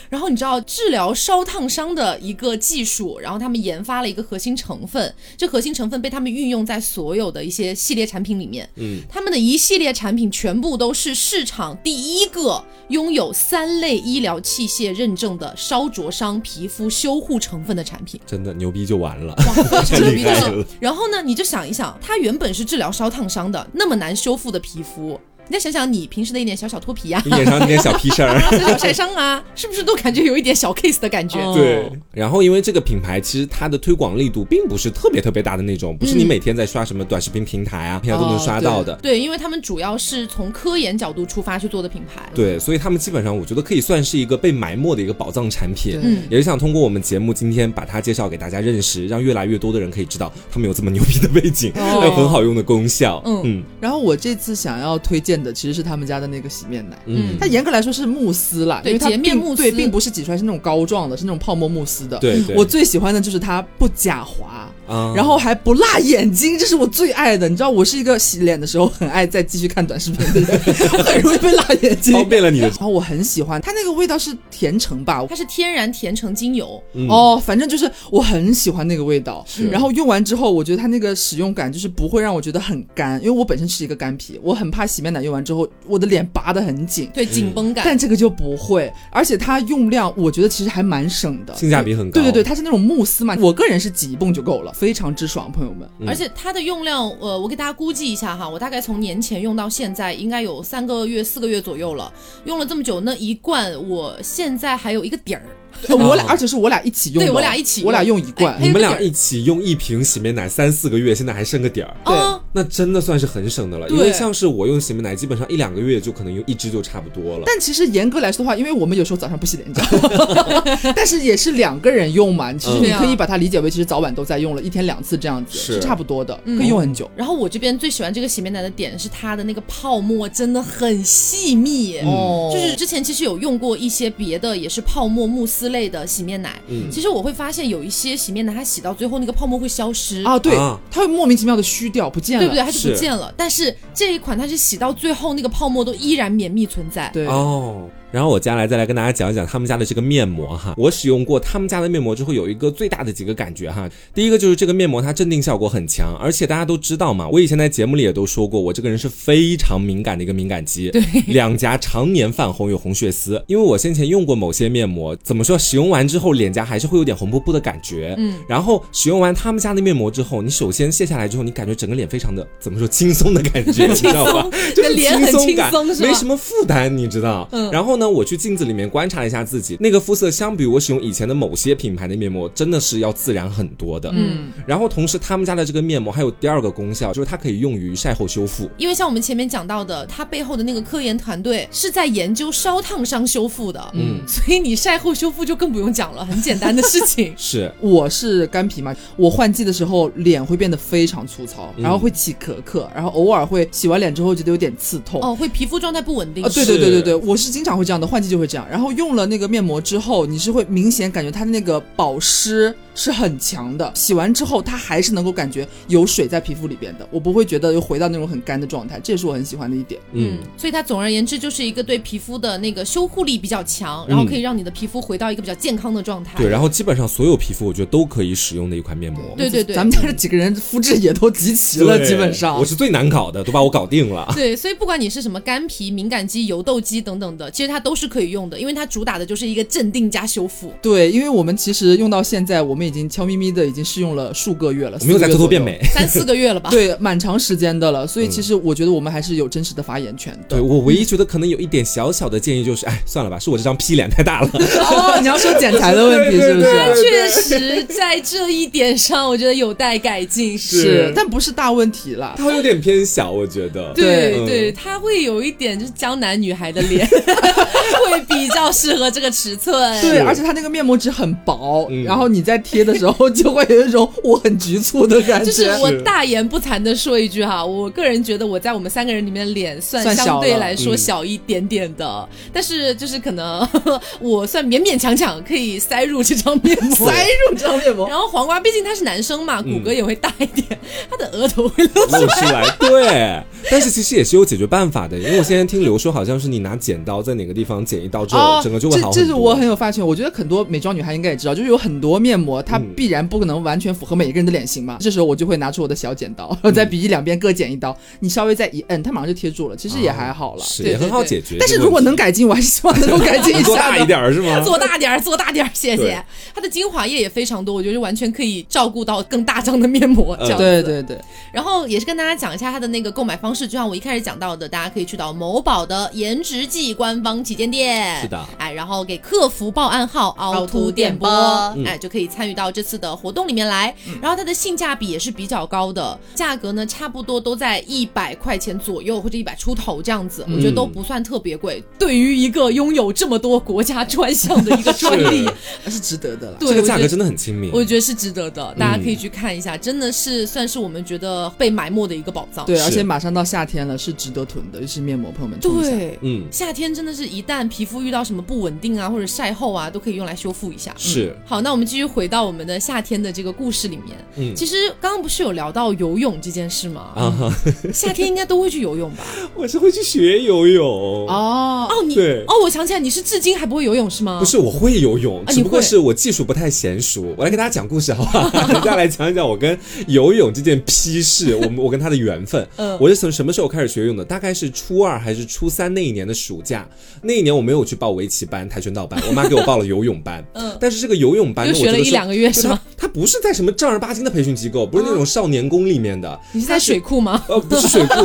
[SPEAKER 1] 然后你知道治疗烧烫伤的一个技术，然后他们研发了一个核心成分，这核心成分被他们运用在所有的一些系列产品里面。
[SPEAKER 2] 嗯，
[SPEAKER 1] 他们的一系列产品全部都是市场第一个拥有三类医疗器械认证的烧灼伤皮肤修护成分的产品。
[SPEAKER 2] 真的牛逼就完了，
[SPEAKER 1] 哇，
[SPEAKER 2] 太
[SPEAKER 1] 真的
[SPEAKER 2] 厉
[SPEAKER 1] 逼
[SPEAKER 2] 害
[SPEAKER 1] 真
[SPEAKER 2] 了
[SPEAKER 1] 了。然后呢，你就想一想，它原本是治疗烧烫伤的，那么难修复的皮肤，你再想想你平时的一点小小脱皮呀、啊
[SPEAKER 2] 你脸上那点小屁事儿。
[SPEAKER 1] 小小晒伤啊，是不是都感觉有一点小 case 的感觉？
[SPEAKER 3] 哦
[SPEAKER 2] 对，然后因为这个品牌其实它的推广力度并不是特别特别大的那种，不是你
[SPEAKER 1] 嗯
[SPEAKER 2] 每天在刷什么短视频平台啊，平台都能
[SPEAKER 3] 哦
[SPEAKER 2] 刷
[SPEAKER 3] 对
[SPEAKER 2] 到的。
[SPEAKER 1] 对，因为他们主要是从科研角度出发去做的品牌。
[SPEAKER 2] 对，所以他们基本上我觉得可以算是一个被埋没的一个宝藏产品
[SPEAKER 3] 对，
[SPEAKER 1] 嗯
[SPEAKER 2] 也是想通过我们节目今天把它介绍给大家认识，让越来越多的人可以知道他们有这么牛逼的背景，
[SPEAKER 3] 哦
[SPEAKER 2] 还有很好用的功效。
[SPEAKER 1] 嗯
[SPEAKER 2] 嗯
[SPEAKER 3] 然后我这次想要推荐的其实是他们家的那个洗面奶。
[SPEAKER 2] 嗯
[SPEAKER 3] 它，严格来说是慕斯啦，
[SPEAKER 1] 对
[SPEAKER 3] 因为它
[SPEAKER 1] 洁面
[SPEAKER 3] 并
[SPEAKER 1] 慕斯
[SPEAKER 3] 对，并不是挤出来是那种膏状的，是那种泡沫慕斯的。
[SPEAKER 2] 对对
[SPEAKER 3] 我最喜欢的就是它不假滑，
[SPEAKER 2] 啊
[SPEAKER 3] 然后还不辣眼睛，这是我最爱的。你知道我是一个洗脸的时候很爱再继续看短视频的人，很容易被辣眼睛。
[SPEAKER 2] 方便了你的
[SPEAKER 3] 然后我很喜欢它那个味道是甜橙吧，
[SPEAKER 1] 它是天然甜橙精油，
[SPEAKER 2] 嗯
[SPEAKER 3] 哦，反正就是我很喜欢那个味道。然后用完之后，我觉得它那个使用感就是不会让我觉得很干，因为我本身是一个干皮，我很怕洗面奶用完之后我的脸拔得很紧。
[SPEAKER 1] 对紧绷感。
[SPEAKER 3] 但这个就不会，而且它用量我觉得其实还蛮省的，
[SPEAKER 2] 性价比很高
[SPEAKER 3] 对对对，它是那种慕斯嘛，我个人是挤一泵就够了，非常之爽，朋友 们。
[SPEAKER 1] 而且它的用量，呃，我给大家估计一下哈，我大概从年前用到现在，应该有三个月、四个月左右了。用了这么久，那一罐我现在还有一个底儿，
[SPEAKER 2] 哦
[SPEAKER 3] 呃我俩，而且是我俩一起用的，哦
[SPEAKER 1] 对我俩一起用
[SPEAKER 3] 我俩用一罐。
[SPEAKER 1] 哎
[SPEAKER 2] 你们俩一起用一瓶洗面奶三四个月，现在还剩个底儿。
[SPEAKER 3] 对
[SPEAKER 1] 啊，
[SPEAKER 2] 那真的算是很省的了，因
[SPEAKER 1] 对
[SPEAKER 2] 为像是我用洗面奶，基本上一两个月就可能用一支就差不多了。
[SPEAKER 3] 但其实严格来说的话，因为我们有时候早上不洗脸，你知 道吗但是也是两个人用嘛，其实
[SPEAKER 1] 嗯
[SPEAKER 3] 你可以把它理解为其实早晚都在用了，一天两次这样子
[SPEAKER 2] 是
[SPEAKER 3] 是差不多的，
[SPEAKER 1] 嗯
[SPEAKER 3] 可以用很久。
[SPEAKER 1] 然后我这边最喜欢这个洗面奶的点是它的那个泡沫真的很细密。
[SPEAKER 3] 哦
[SPEAKER 1] 就是之前其实有用过一些别的，也是泡沫慕斯类的洗面奶。
[SPEAKER 2] 嗯
[SPEAKER 1] 其实我会发现有一些洗面奶，它洗到最后那个泡沫会消失，
[SPEAKER 3] 啊，对
[SPEAKER 2] 啊，
[SPEAKER 3] 它会莫名其妙的虚掉，不见了，
[SPEAKER 1] 嗯对不对？它就不
[SPEAKER 2] 是
[SPEAKER 1] 见了。但是这一款它是洗到最后那个泡沫都依然绵密存在。
[SPEAKER 3] 对
[SPEAKER 2] 哦。然后我接下来再来跟大家讲一讲他们家的这个面膜哈，我使用过他们家的面膜之后，有一个最大的几个感觉哈。第一个就是这个面膜它镇定效果很强，而且大家都知道嘛，我以前在节目里也都说过，我这个人是非常敏感的一个敏感肌，对，两颊常年泛红有红血丝，因为我先前用过某些面膜，怎么说，使用完之后脸颊还是会有点红扑扑的感觉，嗯，然后使用完他们家的面膜之后，你首先卸下来之后，你感觉整个脸非常的怎么说轻松的感觉，你知道吧？就
[SPEAKER 1] 你的
[SPEAKER 2] 是
[SPEAKER 1] 脸很
[SPEAKER 2] 松
[SPEAKER 1] 轻
[SPEAKER 2] 感
[SPEAKER 1] 松，是吧
[SPEAKER 2] 没什么负担，你知道？然后呢，我去镜子里面观察了一下自己，那个肤色相比我使用以前的某些品牌的面膜，真的是要自然很多的。嗯。然后同时他们家的这个面膜还有第二个功效，就是它可以用于晒后修复。。
[SPEAKER 1] 因为像我们前面讲到的，它背后的那个科研团队是在研究烧烫伤修复的，嗯，所以你晒后修复就更不用讲了，很简单
[SPEAKER 3] 哦
[SPEAKER 1] 的事情
[SPEAKER 2] 是，
[SPEAKER 3] 我是干皮嘛，我换季的时候脸会变得非常粗糙，然后会起壳壳，然后偶尔会洗完脸之后觉得有点刺痛。
[SPEAKER 1] 哦，会皮肤状态不稳定，
[SPEAKER 3] 啊，对
[SPEAKER 2] 是
[SPEAKER 3] 对对对对，我是经常会这样的，换季就会这样。然后用了那个面膜之后，你是会明显感觉它的那个保湿是很强的，洗完之后它还是能够感觉有水在皮肤里边的，我不会觉得又回到那种很干的状态，这也是我很喜欢的一点。
[SPEAKER 2] 嗯。
[SPEAKER 1] 所以它总而言之就是一个对皮肤的那个修护力比较强，然后可以让你的皮肤回到一个比较健康的状态。
[SPEAKER 2] 嗯对，然后基本上所有皮肤我觉得都可以使用的一款面膜。
[SPEAKER 1] 对对对
[SPEAKER 3] 咱们家这几个人肤质也都集齐
[SPEAKER 2] 对，
[SPEAKER 3] 了，基本上
[SPEAKER 2] 我是最难搞的，都把我搞 定了。
[SPEAKER 1] 对，所以不管你是什么干皮、敏感肌、油痘肌等等的，其实它都是可以用的，因为它主打的就是一个镇定加修 复。
[SPEAKER 3] 对，因为我们其实用到现在，我们已经悄咪咪的已经试用了数个月了，
[SPEAKER 2] 我们又在
[SPEAKER 3] 四个月
[SPEAKER 2] 偷偷
[SPEAKER 3] 左
[SPEAKER 2] 变
[SPEAKER 3] 右。
[SPEAKER 2] 美。
[SPEAKER 1] 三四个月了吧？
[SPEAKER 3] 对，蛮长时间的了，所以其实我觉得我们还是有真实的发言权的。
[SPEAKER 2] 对我唯一觉得可能有一点小小的建议就是，哎，算了吧，是我这张 P 脸太大了。
[SPEAKER 3] 哦，你要说剪裁的问题
[SPEAKER 2] 对对
[SPEAKER 3] 是不是？
[SPEAKER 2] 对对
[SPEAKER 1] 确实，在这一点上，我觉得有待改进。
[SPEAKER 2] 是
[SPEAKER 3] 是，但不是大问题啦。
[SPEAKER 2] 它会有点偏小，我觉得。
[SPEAKER 1] 对
[SPEAKER 2] 嗯
[SPEAKER 1] 对，它会有一点就是江南女孩的脸， 会比较适合这个尺寸。
[SPEAKER 3] 对，而且它那个面膜纸很薄，
[SPEAKER 2] 嗯
[SPEAKER 3] 然后你在贴的时候 就会有一种我很局促的感
[SPEAKER 1] 就
[SPEAKER 3] 觉。
[SPEAKER 1] 是我大言不惭的说一句哈，我个人觉得我在我们三个人里面脸算
[SPEAKER 3] 算小
[SPEAKER 1] 相对
[SPEAKER 3] 了
[SPEAKER 1] 来说
[SPEAKER 2] 嗯
[SPEAKER 1] 小一点点的，但是就是可能 我算勉勉强强可以塞入这张面膜。
[SPEAKER 3] 塞入嗯这张面膜，
[SPEAKER 1] 然后黄瓜毕竟他是男生嘛，骨骼也会大一点，他的额头会 露出
[SPEAKER 2] 露出来，对，但是其实也是有解决办法的，因为我现在听刘说，好像是你拿剪刀在哪个地方剪一刀之后，
[SPEAKER 3] 哦
[SPEAKER 2] 整个就会好
[SPEAKER 3] 这这是
[SPEAKER 2] 多
[SPEAKER 3] 我很有发现，我觉得很多美妆女孩应该也知道，就是有很多面膜，它
[SPEAKER 2] 嗯
[SPEAKER 3] 必然不可能完全符合每一个人的脸型嘛。这时候我就会拿出我的小剪刀，
[SPEAKER 2] 嗯
[SPEAKER 3] 然后在鼻翼两边各剪一刀，你稍微再一摁，它马上就贴住了，其实也还好了。
[SPEAKER 2] 啊是
[SPEAKER 1] 对
[SPEAKER 2] 也
[SPEAKER 1] 对
[SPEAKER 2] 很好
[SPEAKER 1] 对
[SPEAKER 2] 解决这个问题。
[SPEAKER 3] 但是如果能改进，我还是希望能够改进一
[SPEAKER 2] 能做
[SPEAKER 3] 下
[SPEAKER 2] 大
[SPEAKER 3] 的
[SPEAKER 2] 一。点儿是
[SPEAKER 3] 啊
[SPEAKER 2] 吗？
[SPEAKER 1] 做大点儿，做大点儿，谢
[SPEAKER 2] 对
[SPEAKER 1] 谢。它的精华液也非常多，我觉得完全可以照顾到更大张的面膜这样子。
[SPEAKER 3] 嗯对对对，
[SPEAKER 1] 然后也是跟大家讲一下它的那个购买方式，就像我一开始讲到的，大家可以去到某宝的颜值季官方旗舰店，
[SPEAKER 2] 是的嗯
[SPEAKER 1] 哎，然后给客服报暗号“凹凸电波”，
[SPEAKER 3] 凹
[SPEAKER 1] 哎，就可以参与到这次的活动里面来。
[SPEAKER 2] 嗯
[SPEAKER 1] 然后它的性价比也是比较高的，价格呢差不多都在一百块钱左右或者一百出头这样子，
[SPEAKER 2] 嗯
[SPEAKER 1] 我觉得都不算特别贵。对于一个拥有这么多国家专项的一个专利，
[SPEAKER 3] 那是值得的了。
[SPEAKER 1] 对
[SPEAKER 2] 这个价
[SPEAKER 1] 我觉
[SPEAKER 2] 格
[SPEAKER 1] 得
[SPEAKER 2] 真的很亲民，
[SPEAKER 1] 我觉得是值得的，大家可以去看一下，
[SPEAKER 2] 嗯
[SPEAKER 1] 真的是算是我们觉得被埋没的一个宝藏。
[SPEAKER 3] 对，
[SPEAKER 2] 是
[SPEAKER 3] 而且马上到夏天了，是值得囤的，就是面膜，朋友们。冲一下
[SPEAKER 1] 对，
[SPEAKER 2] 嗯。
[SPEAKER 1] 夏天真的是一旦皮肤遇到什么不稳定啊，或者晒后啊，都可以用来修复一下。
[SPEAKER 2] 是，
[SPEAKER 1] 好，那我们继续回到我们的夏天的这个故事里面。
[SPEAKER 2] 嗯
[SPEAKER 1] 其实刚刚不是有聊到游泳这件事吗？
[SPEAKER 2] 啊 哈，
[SPEAKER 1] 夏天应该都会去游泳 吧？
[SPEAKER 2] 我是会去学游泳。
[SPEAKER 3] 哦，
[SPEAKER 1] 哦，你
[SPEAKER 2] 对
[SPEAKER 1] 哦，我想起来，你是至今还不会游泳是吗？啊
[SPEAKER 2] 不，是，我会游泳，
[SPEAKER 1] 你
[SPEAKER 2] 只不过
[SPEAKER 1] 会
[SPEAKER 2] 是我技术不太娴熟。我来给大家讲故事，好不 好？大家来讲一讲我跟游泳这件批示， 我们我跟他的缘分。
[SPEAKER 1] 嗯
[SPEAKER 2] 我是从什么时候开始学游泳的？大概是初二还是初三那一年的暑假。那一年我没有去报围棋班、跆拳道班，我妈给我报了游泳班。
[SPEAKER 1] 嗯
[SPEAKER 2] 但是这个游泳班
[SPEAKER 1] 又
[SPEAKER 2] 呢，我
[SPEAKER 1] 学
[SPEAKER 2] 觉
[SPEAKER 1] 了
[SPEAKER 2] 得
[SPEAKER 1] 一
[SPEAKER 2] 是
[SPEAKER 1] 两个月
[SPEAKER 2] 对
[SPEAKER 1] 是吗？啊
[SPEAKER 2] 它它不是在什么正儿八经的培训机构，不是那种少年宫里面的，
[SPEAKER 1] 你是在水库 吗？
[SPEAKER 2] 呃，不是水库，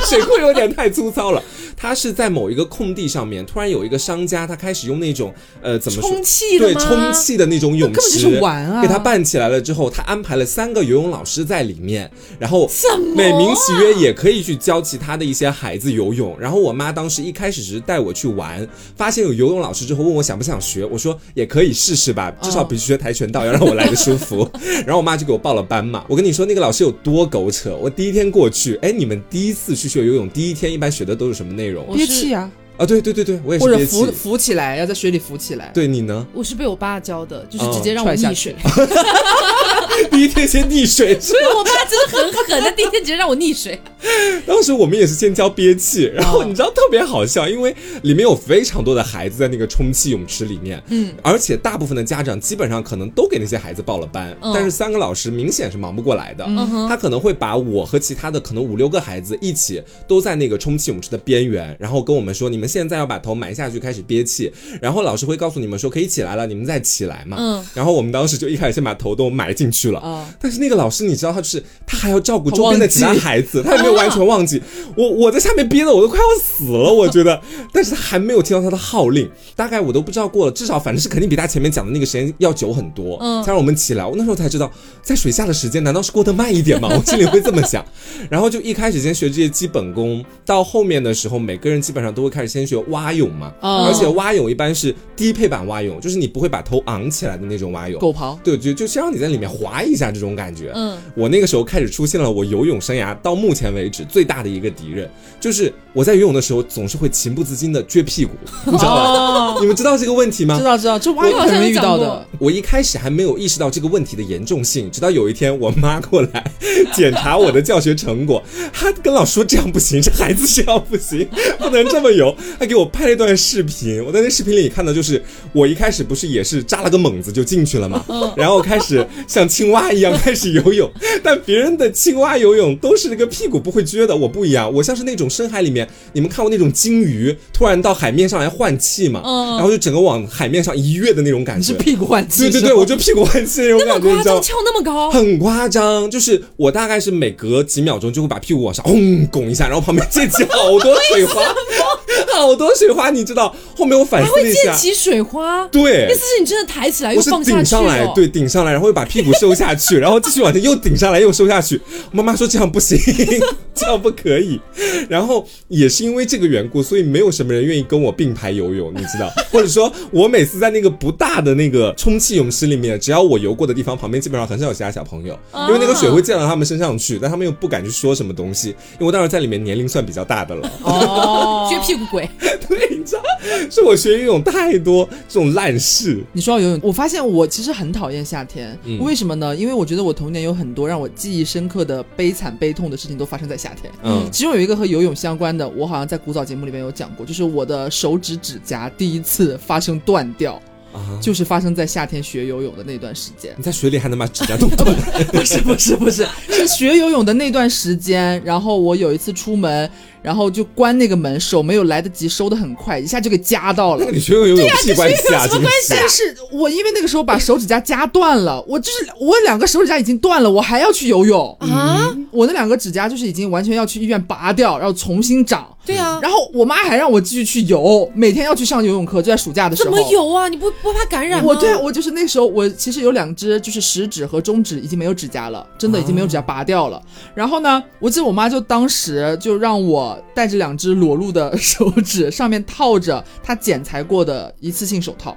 [SPEAKER 2] 水库有点太粗糙了。它是在某一个空地上面，突然有一个商家，他开始用那种呃怎么说
[SPEAKER 1] 充气的
[SPEAKER 2] 对
[SPEAKER 1] 吗
[SPEAKER 2] 充气的那种泳
[SPEAKER 3] 根本就
[SPEAKER 2] 池，
[SPEAKER 3] 是玩啊
[SPEAKER 2] 给他办起来了之后，他安排了三个游泳老师在里面，然后
[SPEAKER 1] 什么
[SPEAKER 2] 美名其曰也可以去教其他的一些孩子游泳。然后我妈当时一开始只是带我去玩，发现有游泳老师之后问我想不想学，我说也可以试试吧，
[SPEAKER 3] 哦
[SPEAKER 2] 至少比学跆拳道要让我来的舒 服。然后我妈就给我报了班嘛。我跟你说那个老师有多狗扯，我第一天过去，哎，你们第一次去学游泳，第一天一般学的都是什么内容
[SPEAKER 1] 我
[SPEAKER 3] 憋
[SPEAKER 1] 是
[SPEAKER 3] 气啊，
[SPEAKER 2] 啊？对对对对，我也
[SPEAKER 3] 或
[SPEAKER 2] 是
[SPEAKER 3] 者
[SPEAKER 2] 憋气
[SPEAKER 3] 浮。浮起来，要在水里浮起来。
[SPEAKER 2] 对你呢？
[SPEAKER 1] 我是被我爸教的，就是
[SPEAKER 2] 哦
[SPEAKER 1] 直接让我
[SPEAKER 3] 踹下
[SPEAKER 1] 溺
[SPEAKER 3] 去
[SPEAKER 1] 水。
[SPEAKER 2] 第一天先溺水是
[SPEAKER 1] 对，我爸真的很狠，他第一天直接让我溺水。
[SPEAKER 2] 当时我们也是先教憋
[SPEAKER 1] 哦
[SPEAKER 2] 气，然后你知道特别好笑，因为里面有非常多的孩子在那个充气泳池里面，嗯，而且大部分的家长基本上可能都给那些孩子报了班，
[SPEAKER 1] 嗯
[SPEAKER 2] 但是三个老师明显是忙不过来的，
[SPEAKER 1] 嗯哼
[SPEAKER 2] 他可能会把我和其他的可能五六个孩子一起都在那个充气泳池的边缘，然后跟我们说，你们现在要把头埋下去开始憋气，然后老师会告诉你们说可以起来了，你们再起来嘛，
[SPEAKER 1] 嗯，
[SPEAKER 2] 然后我们当时就一开始先把头都埋进去了，
[SPEAKER 1] 哦
[SPEAKER 3] 啊，
[SPEAKER 2] 但是那个老师，你知道，他就是他还要照顾周边的其他孩子，他也没有完全忘记、我。我在下面憋的我都快要死了，我觉得。但是他还没有听到他的号令，大概我都不知道过了，至少反正是肯定比他前面讲的那个时间要久很多。
[SPEAKER 1] 嗯
[SPEAKER 2] 才让我们起来。我那时候才知道，在水下的时间难道是过得慢一点吗？我心里会这么想。然后就一开始先学这些基本功，到后面的时候，每个人基本上都会开始先学蛙泳嘛。
[SPEAKER 3] 哦
[SPEAKER 2] 而且蛙泳一般是低配版蛙泳，就是你不会把头昂起来的那种蛙泳。
[SPEAKER 3] 狗刨，
[SPEAKER 2] 对，就就先让你在里面滑一下这种感觉。
[SPEAKER 1] 嗯，
[SPEAKER 2] 我那个时候开始出现了我游泳生涯到目前为止最大的一个敌人，就是我在游泳的时候总是会情不自禁的撅屁股，你知道吧？
[SPEAKER 3] 哦，
[SPEAKER 2] 你们知道这个问题吗
[SPEAKER 3] 知？道知道，这蛙
[SPEAKER 1] 我
[SPEAKER 3] 泳
[SPEAKER 1] 好
[SPEAKER 3] 很
[SPEAKER 1] 像
[SPEAKER 3] 容
[SPEAKER 1] 有
[SPEAKER 3] 易遇
[SPEAKER 1] 讲
[SPEAKER 3] 到
[SPEAKER 1] 过
[SPEAKER 3] 的。
[SPEAKER 2] 我一开始还没有意识到这个问题的严重性，直到有一天我妈过来检查我的教学成果，她跟老师说这样不行，这孩子这样不行，不能这么游。她给我拍了一段视频，我在那视频里看到就是我一开始不是也是扎了个猛子就进去了嘛，然后开始像青蛙一样开始游泳，但别人的青蛙游泳都是这个屁股不会撅的，我不一样，我像是那种深海里面你们看过那种鲸鱼突然到海面上来换气嘛，
[SPEAKER 1] 嗯
[SPEAKER 2] 然后就整个往海面上一跃的那种感
[SPEAKER 3] 你
[SPEAKER 2] 觉，
[SPEAKER 3] 是屁股换气，
[SPEAKER 2] 对对
[SPEAKER 3] 是
[SPEAKER 2] 对，
[SPEAKER 3] 吧
[SPEAKER 2] 我就屁股换气那种
[SPEAKER 1] 那么
[SPEAKER 2] 感觉，
[SPEAKER 1] 夸
[SPEAKER 2] 你知
[SPEAKER 1] 张，
[SPEAKER 2] 道吗？
[SPEAKER 1] 跳那么高，
[SPEAKER 2] 很夸张，就是我大概是每隔几秒钟就会把屁股往上轰拱一下，然后旁边溅起好多水 花，好多水花，你知道？后面我反
[SPEAKER 1] 还
[SPEAKER 2] 思
[SPEAKER 1] 会
[SPEAKER 2] 了一
[SPEAKER 1] 溅
[SPEAKER 2] 下，
[SPEAKER 1] 起水花。
[SPEAKER 2] 对
[SPEAKER 1] 意，思是你真的抬起来又
[SPEAKER 2] 我是
[SPEAKER 1] 放下
[SPEAKER 2] 顶
[SPEAKER 1] 去
[SPEAKER 2] 上来
[SPEAKER 1] 哦，，
[SPEAKER 2] 对，顶上来，然后又把屁股收下去，然后继续往前又顶上来又收下去。妈妈说这样不行， 这样不可以。然后也是因为这个缘故，所以没有什么人愿意跟我并排游泳，你知道？或者说我每次在那个不大的那个充气泳池里面，只要我游过的地方，旁边基本上很少有其他小朋友，
[SPEAKER 1] 哦
[SPEAKER 2] 因为那个水会溅到他们身上去，但他们又不敢去说什么东西，因为我当时在里面年龄算比较大的了。
[SPEAKER 3] 哦，
[SPEAKER 1] 撅屁股鬼。
[SPEAKER 2] 对，你知道，是我学游泳太多这种烂事。
[SPEAKER 3] 你说到游泳，我发现我其实很讨厌夏天，
[SPEAKER 2] 嗯
[SPEAKER 3] 为什么呢？因为我觉得我童年有很多让我记忆深刻的悲惨悲痛的事情都发生在夏天。
[SPEAKER 2] 嗯
[SPEAKER 3] 其中有一个和游泳相关的，我好像在古早节目里面有讲过，就是我的手指指甲第一次发生断掉，
[SPEAKER 2] 啊，。
[SPEAKER 3] 就是发生在夏天学游泳的那段时间
[SPEAKER 2] 你在水里还能把指甲弄断。
[SPEAKER 3] 不是不是不是，是学游泳的那段时间。然后我有一次出门，然后就关那个门，手没有来得及收的很快，一下就给夹到了
[SPEAKER 2] 那。个你学游泳有屁关系啊？
[SPEAKER 1] 这是有什么
[SPEAKER 2] 真的
[SPEAKER 1] 关
[SPEAKER 2] 是
[SPEAKER 1] 系啊
[SPEAKER 3] 但是我因为那个时候把手指甲夹断了，我就是我两个手指甲已经断了，我还要去游泳
[SPEAKER 1] 啊！
[SPEAKER 3] 我那两个指甲就是已经完全要去医院拔掉，然后重新长。
[SPEAKER 1] 对
[SPEAKER 2] 嗯
[SPEAKER 1] 啊，
[SPEAKER 3] 然后我妈还让我继续去游，每天要去上游泳课，就在暑假的时
[SPEAKER 1] 怎
[SPEAKER 3] 候。
[SPEAKER 1] 么？游啊？你不不怕感染吗？
[SPEAKER 3] 我对我就是那时候，我其实有两只就是食指和中指已经没有指甲了，真的已经没有指
[SPEAKER 1] 哦
[SPEAKER 3] 甲拔掉了。然后呢，我记得我妈就当时就让我带着 两只裸露的手指，上面套着她剪裁过的一次性手套。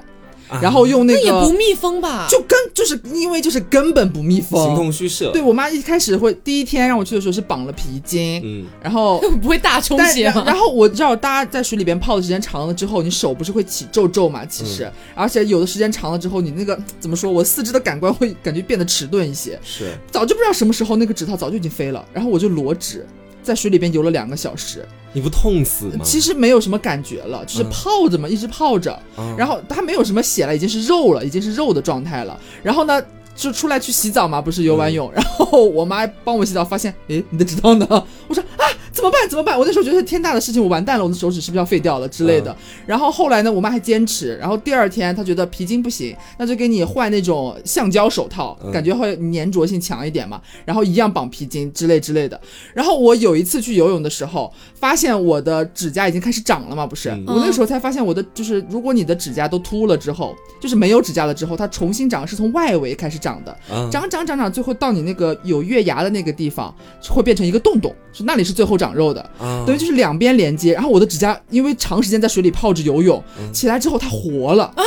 [SPEAKER 2] 啊
[SPEAKER 3] 然后用那
[SPEAKER 1] 啊那也不
[SPEAKER 3] 个
[SPEAKER 1] 密封吧？
[SPEAKER 3] 就根就是因为就是根本不密
[SPEAKER 2] 形
[SPEAKER 3] 封。
[SPEAKER 2] 同虚设。
[SPEAKER 3] 对我妈一开始会第一天让我去的时候是绑了皮筋，
[SPEAKER 2] 嗯，
[SPEAKER 3] 然后
[SPEAKER 1] 不会大充
[SPEAKER 3] 但
[SPEAKER 1] 血
[SPEAKER 3] 然
[SPEAKER 1] 吗？
[SPEAKER 3] 然后我知道大家在水里边泡的时间长了之后，你手不是会起皱皱嘛？其实，而且有的时间长了之后，你那个怎么说？我四肢的感官会感觉变得迟钝一些。
[SPEAKER 2] 是
[SPEAKER 3] 早就不知道什么时候那个指套早就已经飞了，然后我就裸指。在水里边游了两个小时，
[SPEAKER 2] 你不痛死吗？
[SPEAKER 3] 其实没有什么感觉了，就是
[SPEAKER 2] 嗯
[SPEAKER 3] 泡着嘛，一直泡着，
[SPEAKER 2] 啊
[SPEAKER 3] 然后它没有什么血了，已经是肉了，已经是肉的状态了。然后呢，就出来去洗澡嘛，不是游完
[SPEAKER 2] 嗯
[SPEAKER 3] 泳，然后我妈帮我洗澡，发现，诶，你的指套呢？我说啊，怎么办？怎么办？我那时候觉得天大的事情，我完蛋了，我的手指是不是要废掉了之类
[SPEAKER 2] 嗯
[SPEAKER 3] 的。然后后来呢，我妈还坚持，然后第二天她觉得皮筋不行，那就给你换那种橡胶手套，
[SPEAKER 2] 嗯
[SPEAKER 3] 感觉会粘着性强一点嘛，然后一样绑皮筋之类之类的。然后我有一次去游泳的时候，发现我的指甲已经开始长了嘛，不是？
[SPEAKER 2] 嗯
[SPEAKER 3] 我那时候才发现我的就是，如果你的指甲都秃了之后，就是没有指甲了之后，它重新长是从外围开始长的，
[SPEAKER 2] 啊
[SPEAKER 3] 长长长长，最后到你那个有月牙的那个地方会变成一个洞洞，是那里是最后长肉的。
[SPEAKER 2] 啊
[SPEAKER 3] 等于就是两边连接，然后我的指甲因为长时间在水里泡着游泳，起来之后它活了啊，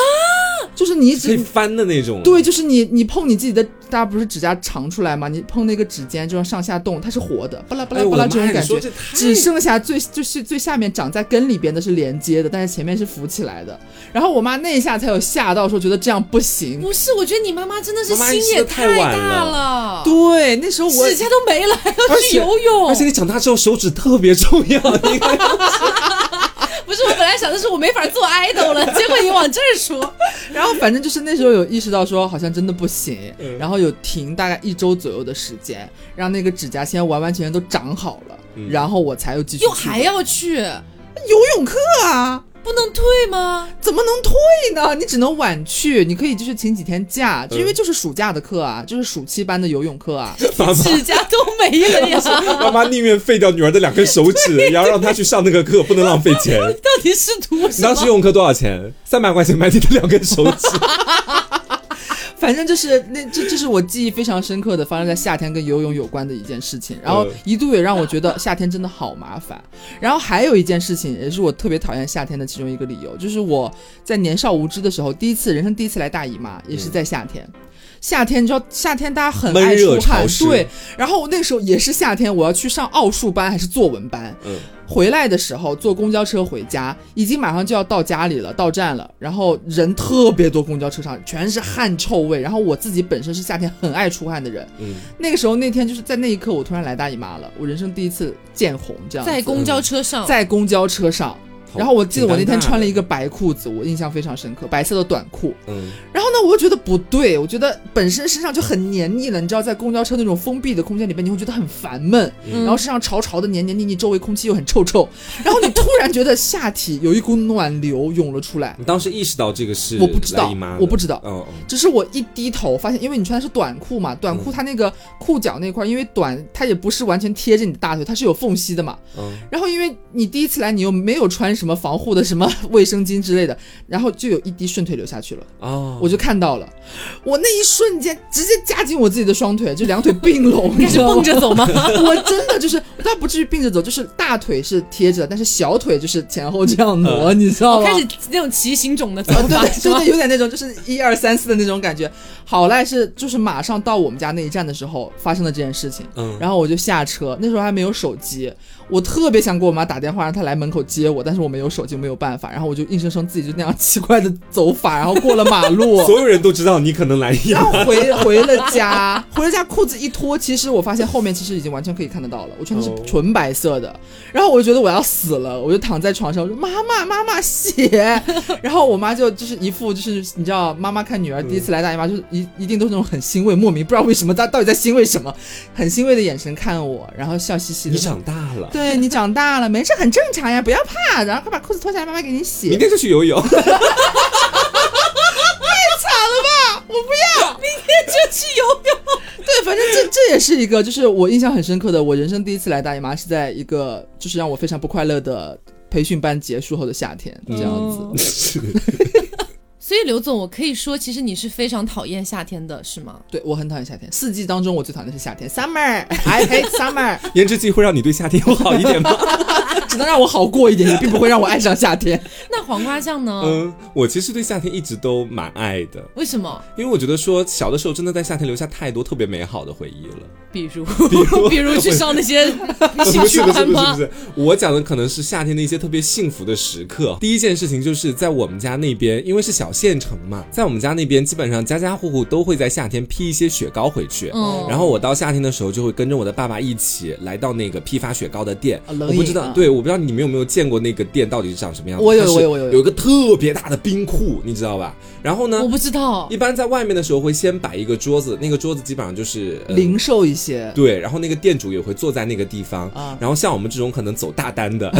[SPEAKER 3] 就是你
[SPEAKER 2] 可以
[SPEAKER 3] 只
[SPEAKER 2] 翻的那种。
[SPEAKER 3] 对，就是你你碰你自己的，大家不是指甲长出来嘛，你碰那个指尖这种上下动，它是活的，巴拉巴
[SPEAKER 2] 哎
[SPEAKER 3] 拉
[SPEAKER 2] 我
[SPEAKER 3] 巴拉
[SPEAKER 2] 的
[SPEAKER 3] 这
[SPEAKER 2] 妈呀，
[SPEAKER 3] 种
[SPEAKER 2] 你
[SPEAKER 3] 感
[SPEAKER 2] 说
[SPEAKER 3] 觉。
[SPEAKER 2] 这太
[SPEAKER 3] 只剩下最就是最下面长在根里边的是连接的，但是前面是浮起来的。然后我妈那一下才有吓到，说觉得这样不行。
[SPEAKER 1] 不是，我觉得你妈妈真的是
[SPEAKER 2] 妈妈
[SPEAKER 1] 心
[SPEAKER 2] 意识
[SPEAKER 1] 也
[SPEAKER 2] 得太晚
[SPEAKER 1] 大
[SPEAKER 2] 了
[SPEAKER 1] 了，
[SPEAKER 3] 对，那时候我
[SPEAKER 1] 指甲都没了还要
[SPEAKER 2] 而
[SPEAKER 1] 去
[SPEAKER 2] 且
[SPEAKER 1] 游泳，
[SPEAKER 2] 而且你长大之后手指特别重要，你 看
[SPEAKER 1] 不是我本来想的是我没法做 idol 了，结果你往这儿说，
[SPEAKER 3] 然后反正就是那时候有意识到说好像真的不行，
[SPEAKER 2] 嗯
[SPEAKER 3] 然后有停大概一周左右的时间，让那个指甲先完完全全都长好了，
[SPEAKER 2] 嗯
[SPEAKER 3] 然后我才又继续
[SPEAKER 1] 又
[SPEAKER 3] 去
[SPEAKER 1] 还要去，
[SPEAKER 3] 游泳课啊。
[SPEAKER 1] 不能退吗？
[SPEAKER 3] 怎么能退呢？你只能晚去，你可以就是请几天
[SPEAKER 2] 嗯
[SPEAKER 3] 假，就因为就是暑假的课啊，就是暑期班的游泳课啊。
[SPEAKER 2] 妈妈。
[SPEAKER 1] 指甲都没了 呀，
[SPEAKER 2] 妈妈宁愿废掉女儿的两根手指，也要让她去上那个课，不能浪费 钱。
[SPEAKER 1] 到底是图
[SPEAKER 2] 你
[SPEAKER 1] 什
[SPEAKER 2] 当时
[SPEAKER 1] 么？
[SPEAKER 2] 游泳课多少钱？三百块钱买你的两根手 指。
[SPEAKER 3] 反正就是那这这是我记忆非常深刻的发生在夏天跟游泳有关的一件事情，然后
[SPEAKER 2] 嗯
[SPEAKER 3] 一度也让我觉得夏天真的好麻烦。然后还有一件事情也是我特别讨厌夏天的其中一个理由，就是我在年少无知的时候，第一次人生第一次来大姨妈，
[SPEAKER 2] 嗯
[SPEAKER 3] 也是在夏天。夏天，你知道夏天大家很
[SPEAKER 2] 闷
[SPEAKER 3] 爱
[SPEAKER 2] 热
[SPEAKER 3] 出汗
[SPEAKER 2] 潮，湿
[SPEAKER 3] 对。然后那时候也是夏天，我要去上奥数班还是作文班，
[SPEAKER 2] 嗯，
[SPEAKER 3] 回来的时候坐公交车回家，已经马上就要到家里了，到站了，然后人特别多，公交车上全是汗臭味。然后我自己本身是夏天很爱出汗的人，
[SPEAKER 2] 嗯，
[SPEAKER 3] 那个时候那天就是在那一刻，我突然来大姨妈了，我人生第一次见红这样子，
[SPEAKER 1] 在公交车上，
[SPEAKER 3] 在公交车上。
[SPEAKER 2] 好
[SPEAKER 3] 然后我记得我那
[SPEAKER 2] 挺尴尬
[SPEAKER 3] 天
[SPEAKER 2] 的
[SPEAKER 3] 穿了一个白裤子，我印象非常深刻，白色的短裤。
[SPEAKER 2] 嗯，
[SPEAKER 3] 然后呢，我又觉得不对，我觉得本身身上就很黏腻了，你知道，在公交车那种封闭的空间里边，你会觉得很烦闷，
[SPEAKER 1] 嗯
[SPEAKER 3] 然后身上潮潮的、黏黏腻腻，周围空气又很臭臭，然后你突然觉得下体有一股暖流涌了出来，
[SPEAKER 2] 你当时意识到这个是
[SPEAKER 3] 我不知道
[SPEAKER 2] 来姨妈，的
[SPEAKER 3] 我不知道。
[SPEAKER 2] 哦哦，
[SPEAKER 3] 只是我一低头发现，因为你穿的是短裤嘛，短
[SPEAKER 2] 嗯
[SPEAKER 3] 裤它那个裤脚那块，因为短，它也不是完全贴着你的大腿，它是有缝隙的嘛。
[SPEAKER 2] 嗯，
[SPEAKER 3] 然后因为你第一次来，你又没有穿什么防护的什么 卫生巾之类的，然后就有一滴顺腿流下去了。
[SPEAKER 2] 哦，
[SPEAKER 3] 我就看到了，我那一瞬间直接夹紧我自己的双腿，就两腿并拢，你
[SPEAKER 1] 开
[SPEAKER 3] 知
[SPEAKER 1] 始
[SPEAKER 3] 道
[SPEAKER 1] 蹦
[SPEAKER 3] 吗？
[SPEAKER 1] 着走 吗？
[SPEAKER 3] 我真的就是，倒不至于并着走，就是大腿是贴着，但是小腿就是前后这样挪，你知道吗？
[SPEAKER 1] 哦开始那种骑行种的走
[SPEAKER 3] 啊，对
[SPEAKER 1] 法
[SPEAKER 3] 对
[SPEAKER 1] 是
[SPEAKER 3] 对
[SPEAKER 1] 吗
[SPEAKER 3] 对，？有点那种就是一二三四的那种感觉。好赖是就是马上到我们家那一站的时候发生的这件事情，
[SPEAKER 2] 嗯，
[SPEAKER 3] 然后我就下车，那时候还没有手机，我特别想给我妈打电话让她来门口接我，但是我没有手机，没有办法，然后我就硬生生自己就那样奇怪的走法，然后过了马路
[SPEAKER 2] 所有人都知道你可能来 姨
[SPEAKER 3] 然
[SPEAKER 2] 妈，
[SPEAKER 3] 后回回了 家，回了家裤子一脱，其实我发现后面其实已经完全可以看得到了。我穿的是
[SPEAKER 2] 哦
[SPEAKER 3] 纯白色的，然后我就觉得我要死了，我就躺在床上，我说妈妈妈妈血， 然后我妈就就是一副就是你知道妈妈看
[SPEAKER 2] 嗯
[SPEAKER 3] 女儿第一次来大姨妈，就是一一定都是那种很欣慰，莫名不知道为什么她到底在欣慰什么，很欣慰的眼神看我，然后笑嘻嘻
[SPEAKER 2] 你
[SPEAKER 3] 的。
[SPEAKER 2] 长大 了，
[SPEAKER 3] 对你长大了，没事，很正常呀，不要怕。然后快把裤子脱下来，妈妈给你洗
[SPEAKER 2] 明。天就去游泳。
[SPEAKER 1] 就去游泳，
[SPEAKER 3] 对，反正这这也是一个，就是我印象很深刻的，我人生第一次来大姨妈是在一个就是让我非常不快乐的培训班结束后的夏天， 这
[SPEAKER 2] 嗯
[SPEAKER 3] 样子。
[SPEAKER 1] 子。所以刘总，我可以说，其实你是非常讨厌夏天的，是吗？
[SPEAKER 3] 对我很讨厌夏天，四季当中我最讨厌的是夏天，summer，I hate summer。
[SPEAKER 2] 颜值计会让你对夏天友好一点吗？
[SPEAKER 3] 只能让我好过一点，也并不会让我爱上夏天。
[SPEAKER 1] 那黄瓜酱呢？
[SPEAKER 2] 嗯，我其实对夏天一直都蛮爱的，
[SPEAKER 1] 为什么？
[SPEAKER 2] 因为我觉得说小的时候真的在夏天留下太多特别美好的回忆了。
[SPEAKER 1] 比如， 比如去上那 些兴
[SPEAKER 2] 不
[SPEAKER 1] 趣
[SPEAKER 2] 是不是
[SPEAKER 1] 班
[SPEAKER 2] 不是
[SPEAKER 1] 吗
[SPEAKER 2] 不？是，我讲的可能是夏天的一些特别幸福的时刻。第一件事情就是在我们家那边，因为是小县城嘛，在我们家那边基本上家家户户都会在夏天批一些雪糕回去。
[SPEAKER 1] 嗯
[SPEAKER 2] 然后我到夏天的时候就会跟着我的爸爸一起来到那个批发雪糕的店。
[SPEAKER 3] 啊冷
[SPEAKER 2] 我不
[SPEAKER 3] 饮
[SPEAKER 2] 知道
[SPEAKER 3] 啊，
[SPEAKER 2] 对，我不知道你们有没有见过那个店到底是长什么样子。
[SPEAKER 3] 我有
[SPEAKER 2] 它是
[SPEAKER 3] 我有我有有
[SPEAKER 2] 有一个特别大的冰库，你知道吧？然后呢
[SPEAKER 1] 嗯我，不知道
[SPEAKER 2] 一，般在外面的时候会先摆一个桌子，那个桌子基本上就是、呃
[SPEAKER 3] 零售一些，
[SPEAKER 2] 对，然后那个店主也会坐在那个地方，
[SPEAKER 3] 啊
[SPEAKER 2] 然后像我们这种可能走大单 的，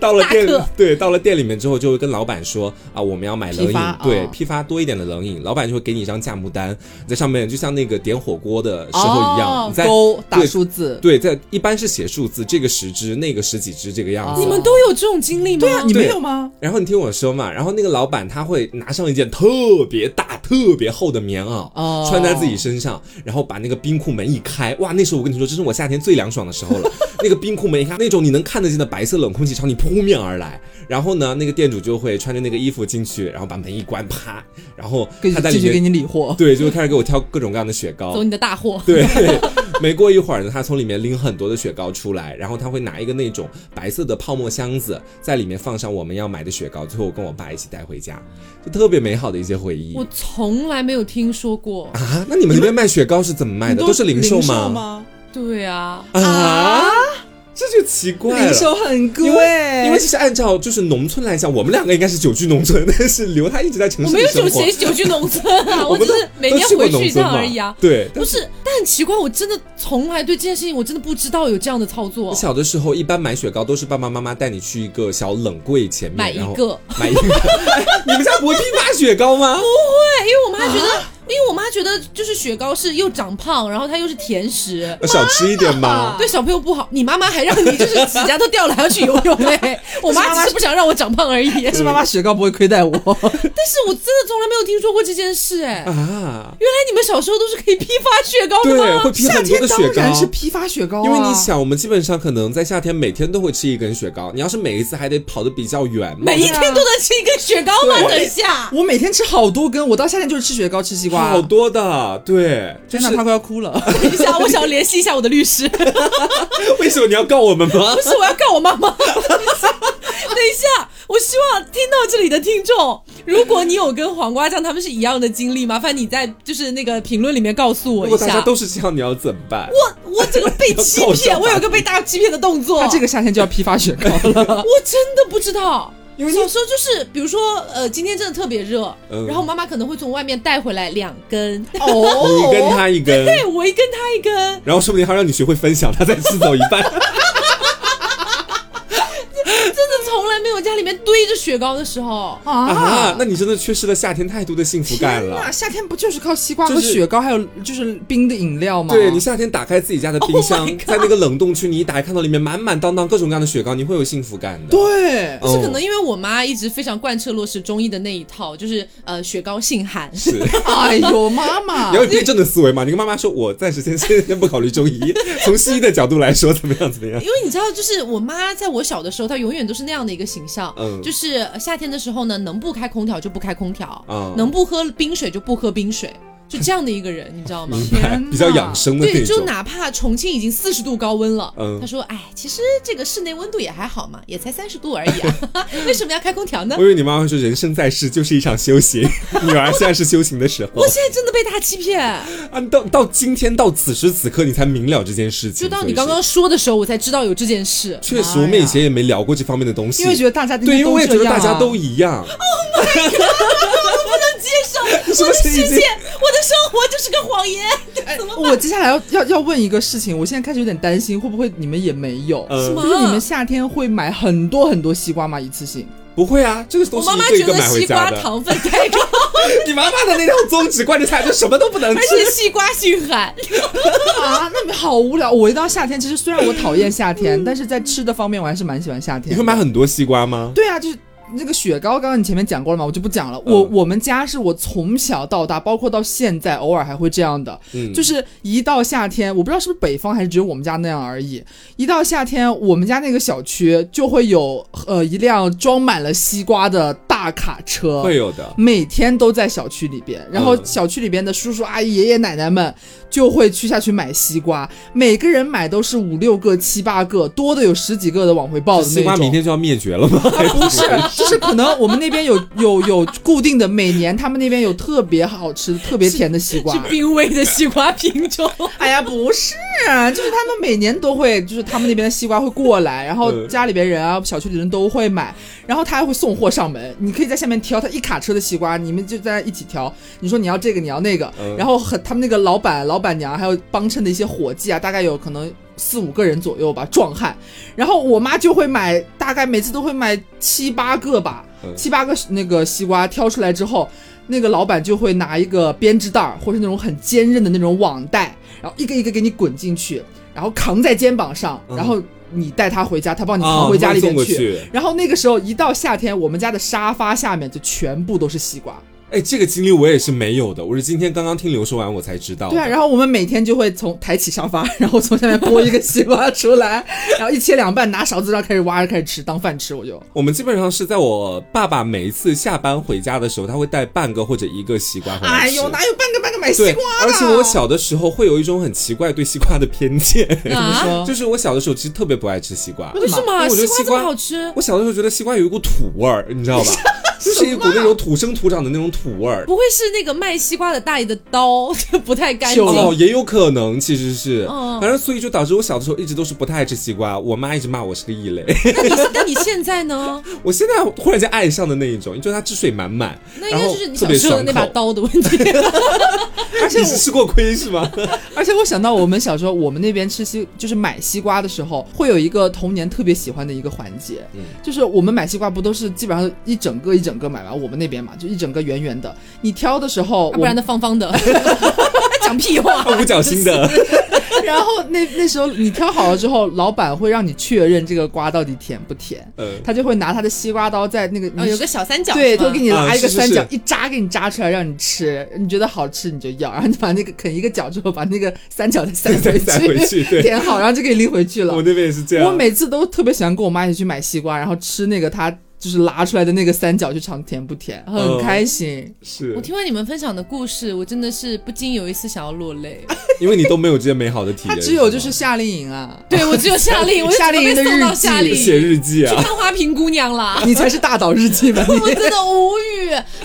[SPEAKER 2] 到了店
[SPEAKER 1] 大客
[SPEAKER 2] 对，到了店里面之后就会跟老板说啊，我们要买冷
[SPEAKER 3] 批
[SPEAKER 2] 饮，
[SPEAKER 3] 发
[SPEAKER 2] 对，
[SPEAKER 3] 哦
[SPEAKER 2] 批发多一点的冷饮，老板就会给你一张价目单，在上面就像那个点火锅的时候一样，
[SPEAKER 1] 哦
[SPEAKER 2] 你在
[SPEAKER 3] 勾打
[SPEAKER 2] 对
[SPEAKER 3] 数字，
[SPEAKER 2] 对，在一般是写数字，这个十支，那个十几支这个样子。
[SPEAKER 1] 你们都有这种经历吗？对啊
[SPEAKER 3] 哦你
[SPEAKER 2] 对
[SPEAKER 3] 没有吗？
[SPEAKER 2] 然后你听我说嘛，然后那个老板他会拿上一件特别大、特别厚的棉袄，
[SPEAKER 3] 哦
[SPEAKER 2] 穿在自己身上，然后把那个冰库门一开，哇，那时候我跟你说，这是我夏天最凉爽的时候了。那个冰库门一开，那种你能看得见的白色冷空气朝你扑面而来。然后呢，那个店主就会穿着那个衣服进去，然后把门一关，啪，然后
[SPEAKER 3] 给
[SPEAKER 2] 他在
[SPEAKER 3] 继
[SPEAKER 2] 里
[SPEAKER 3] 续给
[SPEAKER 2] 面，
[SPEAKER 3] 你理货。
[SPEAKER 2] 对，就会开始给我挑各种各样的雪糕，
[SPEAKER 1] 走你的大货。
[SPEAKER 2] 对，没过一会儿呢，他从里面拎很多的雪糕出来，然后他会拿一个那种白色的泡沫箱子，在里面放上我们要买的雪糕，最后我跟我爸一起带回家，就特别美好的一些回忆
[SPEAKER 1] 我从来没有听说过。
[SPEAKER 2] 啊。那你们那边卖雪糕是怎么卖
[SPEAKER 3] 你
[SPEAKER 2] 的？都是零售
[SPEAKER 3] 吗？
[SPEAKER 2] 吗？
[SPEAKER 1] 对啊，
[SPEAKER 2] 啊，这就奇怪
[SPEAKER 3] 零
[SPEAKER 2] 了。
[SPEAKER 3] 售很贵，
[SPEAKER 2] 因为因为其实按照就是农村来讲，我们两个应该是久居农村， 但是刘他一直在城
[SPEAKER 1] 我
[SPEAKER 2] 市
[SPEAKER 1] 没
[SPEAKER 2] 里
[SPEAKER 1] 有久
[SPEAKER 2] 生活
[SPEAKER 1] 谁。久居农村啊，
[SPEAKER 2] 我
[SPEAKER 1] 我
[SPEAKER 2] 们
[SPEAKER 1] 只
[SPEAKER 2] 都
[SPEAKER 1] 是每
[SPEAKER 2] 都
[SPEAKER 1] 天
[SPEAKER 2] 去过
[SPEAKER 1] 回去
[SPEAKER 2] 农
[SPEAKER 1] 一
[SPEAKER 2] 村
[SPEAKER 1] 趟
[SPEAKER 2] 嘛
[SPEAKER 1] 而已啊。
[SPEAKER 2] 对，但
[SPEAKER 1] 不是，但很奇怪，我真的从来对这件事情我真的不知道有这样的操作
[SPEAKER 2] 我。小的时候一般买雪糕都是爸爸妈妈带你去一个小冷柜前面，
[SPEAKER 1] 买一
[SPEAKER 2] 然后
[SPEAKER 1] 个，
[SPEAKER 2] 买一个。哎你们家不会批发雪 糕吗？
[SPEAKER 1] 对，因为我妈觉得，因为我妈觉得就是雪糕是又长胖，然后它又是甜食。
[SPEAKER 2] 要少吃一点吗？
[SPEAKER 1] 对小朋友不好，你妈妈还让你就是指甲都掉了还要去游泳哎，我妈只是不想让我长胖而已。但
[SPEAKER 3] 是妈
[SPEAKER 2] 嗯
[SPEAKER 3] 妈雪糕不会 亏待我，
[SPEAKER 1] 是我真的从来没有听说过这件事哎，原
[SPEAKER 2] 啊，
[SPEAKER 1] 来你们小时候都是可以批发雪糕的
[SPEAKER 2] 对，
[SPEAKER 1] 吗？
[SPEAKER 2] 会批很多的雪
[SPEAKER 3] 当然
[SPEAKER 2] 糕。
[SPEAKER 3] 是批发雪糕啊、
[SPEAKER 2] 因为你想，我们基本上可能在夏天每天都会吃一根雪糕，你要是每一次还得跑得比较远，
[SPEAKER 1] 每一天都能吃一根雪糕吗？等一下，
[SPEAKER 3] 我每天吃好多根，我到夏天就是吃雪糕、吃西瓜。
[SPEAKER 2] 好多的，对，就
[SPEAKER 3] 真
[SPEAKER 2] 是
[SPEAKER 3] 的，他快要哭了。
[SPEAKER 1] 等一下，我想联系一下我的律师。
[SPEAKER 2] 为什么你要告我们吗
[SPEAKER 1] 不？是，我要告我妈妈。 等一下，我希望听到这里的听众，如果你有跟黄瓜酱他们是一样的经历，麻烦你在就是那个评论里面告诉我
[SPEAKER 2] 如
[SPEAKER 1] 一
[SPEAKER 2] 果大家
[SPEAKER 1] 下。
[SPEAKER 2] 都是这样，你要怎么办？
[SPEAKER 1] 我我整个被欺
[SPEAKER 2] 要告
[SPEAKER 1] 骗，
[SPEAKER 2] 上
[SPEAKER 1] 我有个被大欺骗的动作。
[SPEAKER 3] 他这个夏天就要批发雪糕了。
[SPEAKER 1] 我真的不知道。
[SPEAKER 2] 因为你
[SPEAKER 1] 小时候就是，比如说，呃，今天真的特别热，
[SPEAKER 2] 嗯
[SPEAKER 1] 然后妈妈可能会从外面带回来两根，
[SPEAKER 3] 哦
[SPEAKER 2] 你跟他一根，
[SPEAKER 1] 对我一根，她一根，
[SPEAKER 2] 然后说不定还让你学会分享，他再吃走一 半。
[SPEAKER 1] 真的从来没有家里面堆着雪糕的时候。
[SPEAKER 2] 啊，那你真的缺失了夏天太多的幸福感
[SPEAKER 3] 天呐，
[SPEAKER 2] 了。
[SPEAKER 3] 啊夏天不就是靠西瓜和
[SPEAKER 2] 就是
[SPEAKER 3] 雪糕，还有就是冰的饮料吗？
[SPEAKER 2] 对你夏天打开自己家的冰
[SPEAKER 1] Oh my
[SPEAKER 2] 箱
[SPEAKER 1] God
[SPEAKER 2] 在那个冷冻区，你一打开看到里面满满当当各种各样的雪糕，你会有幸福感的。
[SPEAKER 3] 对，
[SPEAKER 1] 不是
[SPEAKER 2] 嗯
[SPEAKER 1] 可能因为我妈一直非常贯彻落实中医的那一套，就是呃雪糕性寒。
[SPEAKER 2] 是。
[SPEAKER 3] 哎呦妈妈
[SPEAKER 1] 啊
[SPEAKER 2] 你 要，有辩证的思维嘛？你跟妈妈说，我暂时先先先不考虑中 医，从西医的角度来说，怎么样怎么样
[SPEAKER 1] 因？为你知道，就是我妈在我小的时候，她永远都是那样的一个形象，
[SPEAKER 2] 嗯
[SPEAKER 1] 就是夏天的时候呢，能不开空调就不开空调，
[SPEAKER 2] 嗯
[SPEAKER 1] 能不喝冰水就不喝冰水，就这样的一个人，你知道吗？
[SPEAKER 3] 天哪
[SPEAKER 2] 比较养生的那
[SPEAKER 1] 对，就
[SPEAKER 2] 种。
[SPEAKER 1] 哪怕重庆已经四十度高温了，
[SPEAKER 2] 嗯
[SPEAKER 1] 她说，哎，其实这个室内温度也还好嘛，也才三十度而已啊， 为什么要开空调呢
[SPEAKER 2] 我？以为你妈妈说，人生在世就是一场修行，女儿现在是修行的时候
[SPEAKER 1] 我现在真的被她欺 骗，
[SPEAKER 2] 啊！到到今天到此时此刻，你才明了这件事情。
[SPEAKER 1] 就到你
[SPEAKER 2] 所以是
[SPEAKER 1] 刚刚，说的时候，我才知道有这件事。
[SPEAKER 2] 确实我们以前也没聊过这方面的东西，
[SPEAKER 3] 因为觉得大家
[SPEAKER 2] 对，因为我也觉
[SPEAKER 3] 都
[SPEAKER 2] 得
[SPEAKER 3] 这样
[SPEAKER 2] 大
[SPEAKER 3] 啊
[SPEAKER 2] 家都一 样。
[SPEAKER 1] 接受
[SPEAKER 2] 是
[SPEAKER 1] 我
[SPEAKER 2] 不
[SPEAKER 1] 的
[SPEAKER 2] 是已
[SPEAKER 1] 世
[SPEAKER 2] 经哎
[SPEAKER 1] 界，我的生活就是个谎言，怎么办？
[SPEAKER 3] 我接下来要要要问一个事情，我现在开始有点担心，会不会你们也没有？
[SPEAKER 2] 嗯
[SPEAKER 1] 吗
[SPEAKER 3] 就是你们夏天会买很多很多西瓜吗？一次性？
[SPEAKER 2] 不会啊，这个东
[SPEAKER 1] 我
[SPEAKER 2] 西
[SPEAKER 1] 妈
[SPEAKER 2] 一
[SPEAKER 1] 妈
[SPEAKER 2] 个一
[SPEAKER 1] 觉
[SPEAKER 2] 个
[SPEAKER 1] 得
[SPEAKER 2] 买回
[SPEAKER 1] 西
[SPEAKER 2] 家
[SPEAKER 1] 瓜
[SPEAKER 2] 的。
[SPEAKER 1] 糖分太 高，
[SPEAKER 2] 你妈妈的那套宗旨贯着下来，就什么都不 能吃
[SPEAKER 1] 而。且西瓜性寒。
[SPEAKER 3] 啊，那你好无聊。我一到夏天，其实
[SPEAKER 2] 嗯
[SPEAKER 3] 虽然我讨厌夏天，但是在吃的方面我还是蛮喜欢夏天的。
[SPEAKER 2] 你会买很多西瓜吗？
[SPEAKER 3] 对啊，就是那个雪糕，刚刚你前面讲过了嘛，我就不讲了。我
[SPEAKER 2] 嗯
[SPEAKER 3] 我们家是我从小到大，包括到现在，偶尔还会这样的，
[SPEAKER 2] 嗯
[SPEAKER 3] 就是一到夏天，我不知道是不是北方还是只有我们家那样而已。一到夏天，我们家那个小区就会有呃一辆装满了西瓜的大卡车，
[SPEAKER 2] 会有的。
[SPEAKER 3] 每天都在小区里边，然后小区里边的叔叔阿姨、爷爷奶奶们就会去下去买西瓜，每个人买都是五六个、七八个，多的有十几个的往回抱的
[SPEAKER 2] 西
[SPEAKER 3] 哦那
[SPEAKER 2] 瓜
[SPEAKER 3] 种
[SPEAKER 2] 明。天就要灭绝了吗？
[SPEAKER 3] 啊，不是， 就是可能我们那边有有有固定的，每年他们那边有特别好吃、特别甜 的西瓜
[SPEAKER 1] 是。濒危的西瓜品 种。
[SPEAKER 3] 哎呀，不是，就是他们每年都会，就是他们那边的西瓜会过来，然后
[SPEAKER 2] 嗯
[SPEAKER 3] 家里边人啊、小区里人都会买，然后他还会送货上门，你可以在下面挑，他一卡车的西瓜，你们就在那一起挑，你说你要这个，你要那个，
[SPEAKER 2] 嗯
[SPEAKER 3] 然后很他们那个老板、老板娘还有帮衬的一些伙计啊，大概有可能。四五个人左右吧，壮汉。然后我妈就会买，大概每次都会买七八个吧，
[SPEAKER 2] 嗯
[SPEAKER 3] 七八个那个西瓜挑出来之后，那个老板就会拿一个编织袋儿或是那种很坚韧的那种网袋，然后一个一个给你滚进去，然后扛在肩膀上，
[SPEAKER 2] 嗯
[SPEAKER 3] 然后你带它回家，它帮你
[SPEAKER 2] 啊，
[SPEAKER 3] 扛回家里
[SPEAKER 2] 送
[SPEAKER 3] 面
[SPEAKER 2] 过
[SPEAKER 3] 去。
[SPEAKER 2] 去。
[SPEAKER 3] 然后那个时候一到夏天，我们家的沙发下面就全部都是西瓜。
[SPEAKER 2] 哎，这个经历我也是没有的，我是今天刚刚听刘说完我才知道的。
[SPEAKER 3] 对啊，然后我们每天就会从抬起沙发， 然后从下面剥一个西瓜出来， 然后一切两半，拿勺子然后开始挖着开始吃，当饭吃。我就
[SPEAKER 2] 我们基本上是在我爸爸每一次下班回家的时候，他会带半个或者一个西瓜回来
[SPEAKER 3] 哎
[SPEAKER 2] 吃
[SPEAKER 3] 呦，哪有半个半个买西
[SPEAKER 2] 嗯对
[SPEAKER 3] 瓜，
[SPEAKER 2] 而
[SPEAKER 3] 的
[SPEAKER 2] 且我小的时候会有一种很奇怪对西瓜的偏见，
[SPEAKER 3] 怎么说？
[SPEAKER 2] 就是我小的时候其实特别不爱吃西瓜。
[SPEAKER 3] 为什么
[SPEAKER 1] 嘛，
[SPEAKER 2] 哎我觉
[SPEAKER 1] 西瓜啊
[SPEAKER 2] 得西
[SPEAKER 1] 这么
[SPEAKER 2] 瓜
[SPEAKER 1] 好吃？
[SPEAKER 2] 我小的时候觉得西瓜有一股土味儿，你知 道吧？就是一股那种土生土长的那种土味儿。
[SPEAKER 1] 不会是那个卖西瓜的大爷的刀不太干净？
[SPEAKER 3] 有
[SPEAKER 2] 哦，也有可能，其实是，
[SPEAKER 1] 嗯
[SPEAKER 2] 反正所以就导致我小的时候一直都是不太爱吃西瓜，我妈一直骂我是个异类。
[SPEAKER 1] 那你那你现在呢？
[SPEAKER 2] 我现在忽然间爱上的那一种，你知道它汁水满满，
[SPEAKER 1] 那应
[SPEAKER 2] 然
[SPEAKER 1] 该
[SPEAKER 2] 后
[SPEAKER 1] 就是你
[SPEAKER 2] 特
[SPEAKER 1] 小
[SPEAKER 2] 别
[SPEAKER 1] 时候的
[SPEAKER 2] 爽
[SPEAKER 1] 那把
[SPEAKER 2] 口。
[SPEAKER 1] 刀的问 题。
[SPEAKER 3] 而且
[SPEAKER 2] 你
[SPEAKER 3] 我
[SPEAKER 2] 是吃过亏 是吗？
[SPEAKER 3] 而且我想到我们小时候，我们那边吃西就是买西瓜的时候，会有一个童年特别喜欢的一个环节，
[SPEAKER 2] 嗯
[SPEAKER 3] 就是我们买西瓜不都是基本上一整个一整个买吧？我们那边嘛，就一整个圆圆的。你挑的时候，
[SPEAKER 1] 啊不然
[SPEAKER 3] 呢？
[SPEAKER 1] 的方方 的，讲屁话。
[SPEAKER 2] 五角星 的，
[SPEAKER 3] 然后那那时候你挑好了之后，老板会让你确认这个瓜到底甜不甜，
[SPEAKER 2] 嗯，
[SPEAKER 3] 他就会拿他的西瓜刀在那个
[SPEAKER 2] 哎
[SPEAKER 1] 哦，
[SPEAKER 3] 你
[SPEAKER 1] 有个小三角，
[SPEAKER 3] 对，
[SPEAKER 1] 是吗
[SPEAKER 3] 会给你拉一个
[SPEAKER 2] 啊是是
[SPEAKER 3] 三角，
[SPEAKER 2] 是
[SPEAKER 3] 一扎给你扎出来让你吃，你觉得好吃你就要，然后你把那个啃一个角之后，把那个三角再塞 回去，
[SPEAKER 2] 塞回去对
[SPEAKER 3] 点好，然后就给你拎回去了
[SPEAKER 2] 我。啊那边也是这样。
[SPEAKER 3] 我每次都特别喜欢跟我妈一起去买西瓜，然后吃那个她就是拉出来的那个三角，去尝甜不甜，很
[SPEAKER 2] 嗯
[SPEAKER 3] 开心。
[SPEAKER 2] 是
[SPEAKER 1] 我听完你们分享的故事，我真的是不禁有一次想要落泪。
[SPEAKER 2] 因为你都没有这些美好的体
[SPEAKER 3] 她
[SPEAKER 2] 验，
[SPEAKER 3] 只有就是是夏令营啊，
[SPEAKER 1] 对我只有夏令，我就
[SPEAKER 3] 夏令营的
[SPEAKER 1] 准备送到
[SPEAKER 3] 日记
[SPEAKER 1] 夏令
[SPEAKER 2] 吗写日记啊
[SPEAKER 1] 去，看花瓶姑娘 啦。
[SPEAKER 3] 你才是大岛日记吧？你
[SPEAKER 1] 我真的无语。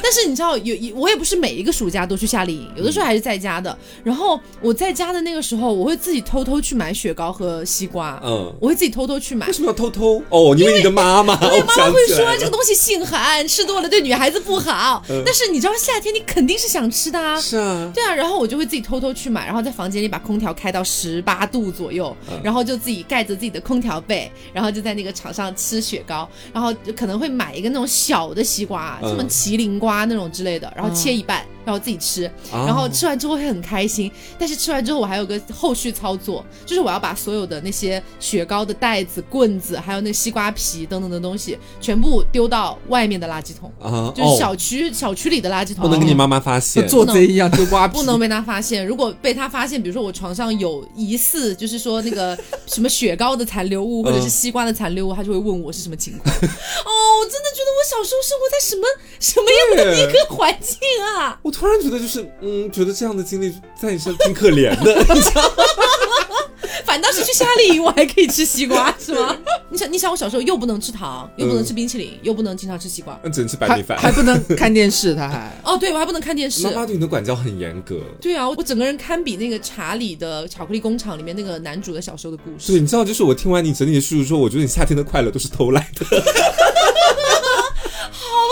[SPEAKER 1] 但是你知道，有有我也不是每一个暑假都去夏令营，有的时候还是在家的。然后我在家的那个时候，我会自己偷偷去买雪糕和西瓜，
[SPEAKER 2] 嗯，
[SPEAKER 1] 我会自己偷偷去买
[SPEAKER 2] 为。什么要偷偷？哦，因为你的妈妈，
[SPEAKER 1] 因为
[SPEAKER 2] 我
[SPEAKER 1] 妈妈
[SPEAKER 2] 想
[SPEAKER 1] 会
[SPEAKER 2] 起
[SPEAKER 1] 说
[SPEAKER 2] 来了嗯
[SPEAKER 1] 这个东西性寒，吃多了对女孩子不好。但是你知道夏天你肯定是想吃的啊，
[SPEAKER 2] 是啊，
[SPEAKER 1] 对啊，然后我就会自己偷偷去买，然后在房间里把空调开到十八度左右，
[SPEAKER 2] 嗯
[SPEAKER 1] 然后就自己盖着自己的空调被，然后就在那个场上吃雪糕，然后就可能会买一个那种小的西瓜，
[SPEAKER 2] 嗯
[SPEAKER 1] 什么麒麟瓜那种之类的，然后切一半，然后自己吃，然后
[SPEAKER 2] 啊
[SPEAKER 1] 吃完之后会很开心。但是吃完之后我还有个后续操作，就是我要把所有的那些雪糕的袋子、棍子，还有那西瓜皮等等的东西，全部丢到外面的垃圾桶，
[SPEAKER 2] 啊，
[SPEAKER 1] 就是
[SPEAKER 2] 哦
[SPEAKER 1] 小区、小区里的垃圾桶。
[SPEAKER 2] 不能给你妈妈发现
[SPEAKER 3] 和。做贼一样丢瓜皮，
[SPEAKER 1] 不能被他发现。如果被他发现，比如说我床上有疑似，就是说那个什么雪糕的残留物或者是西瓜的残留物，他就会问我是什么情 况。哦，我真的觉得我小时候生活在什么什么样的一个环境啊！
[SPEAKER 2] 我突然觉得就是，嗯，觉得这样的经历在你身上挺可怜的。
[SPEAKER 1] 反倒是去夏令营，我还可以吃西瓜，是吗？ 嗯你想，你想，我小时候又不能吃糖，又不能吃冰淇淋，又不能经常吃西瓜。
[SPEAKER 2] 那只能吃白
[SPEAKER 3] 还
[SPEAKER 2] 米饭。
[SPEAKER 3] 还不能看电视，她还。
[SPEAKER 1] 哦，对，我还不能看电视
[SPEAKER 2] 妈。妈对你的管教很严格。
[SPEAKER 1] 对啊，我整个人堪比那个查理的巧克力工厂里面那个男主的小时候的故
[SPEAKER 2] 对，
[SPEAKER 1] 事。
[SPEAKER 2] 你知道，就是我听完你整体的叙述之后，我觉得你夏天的快乐都是偷来的。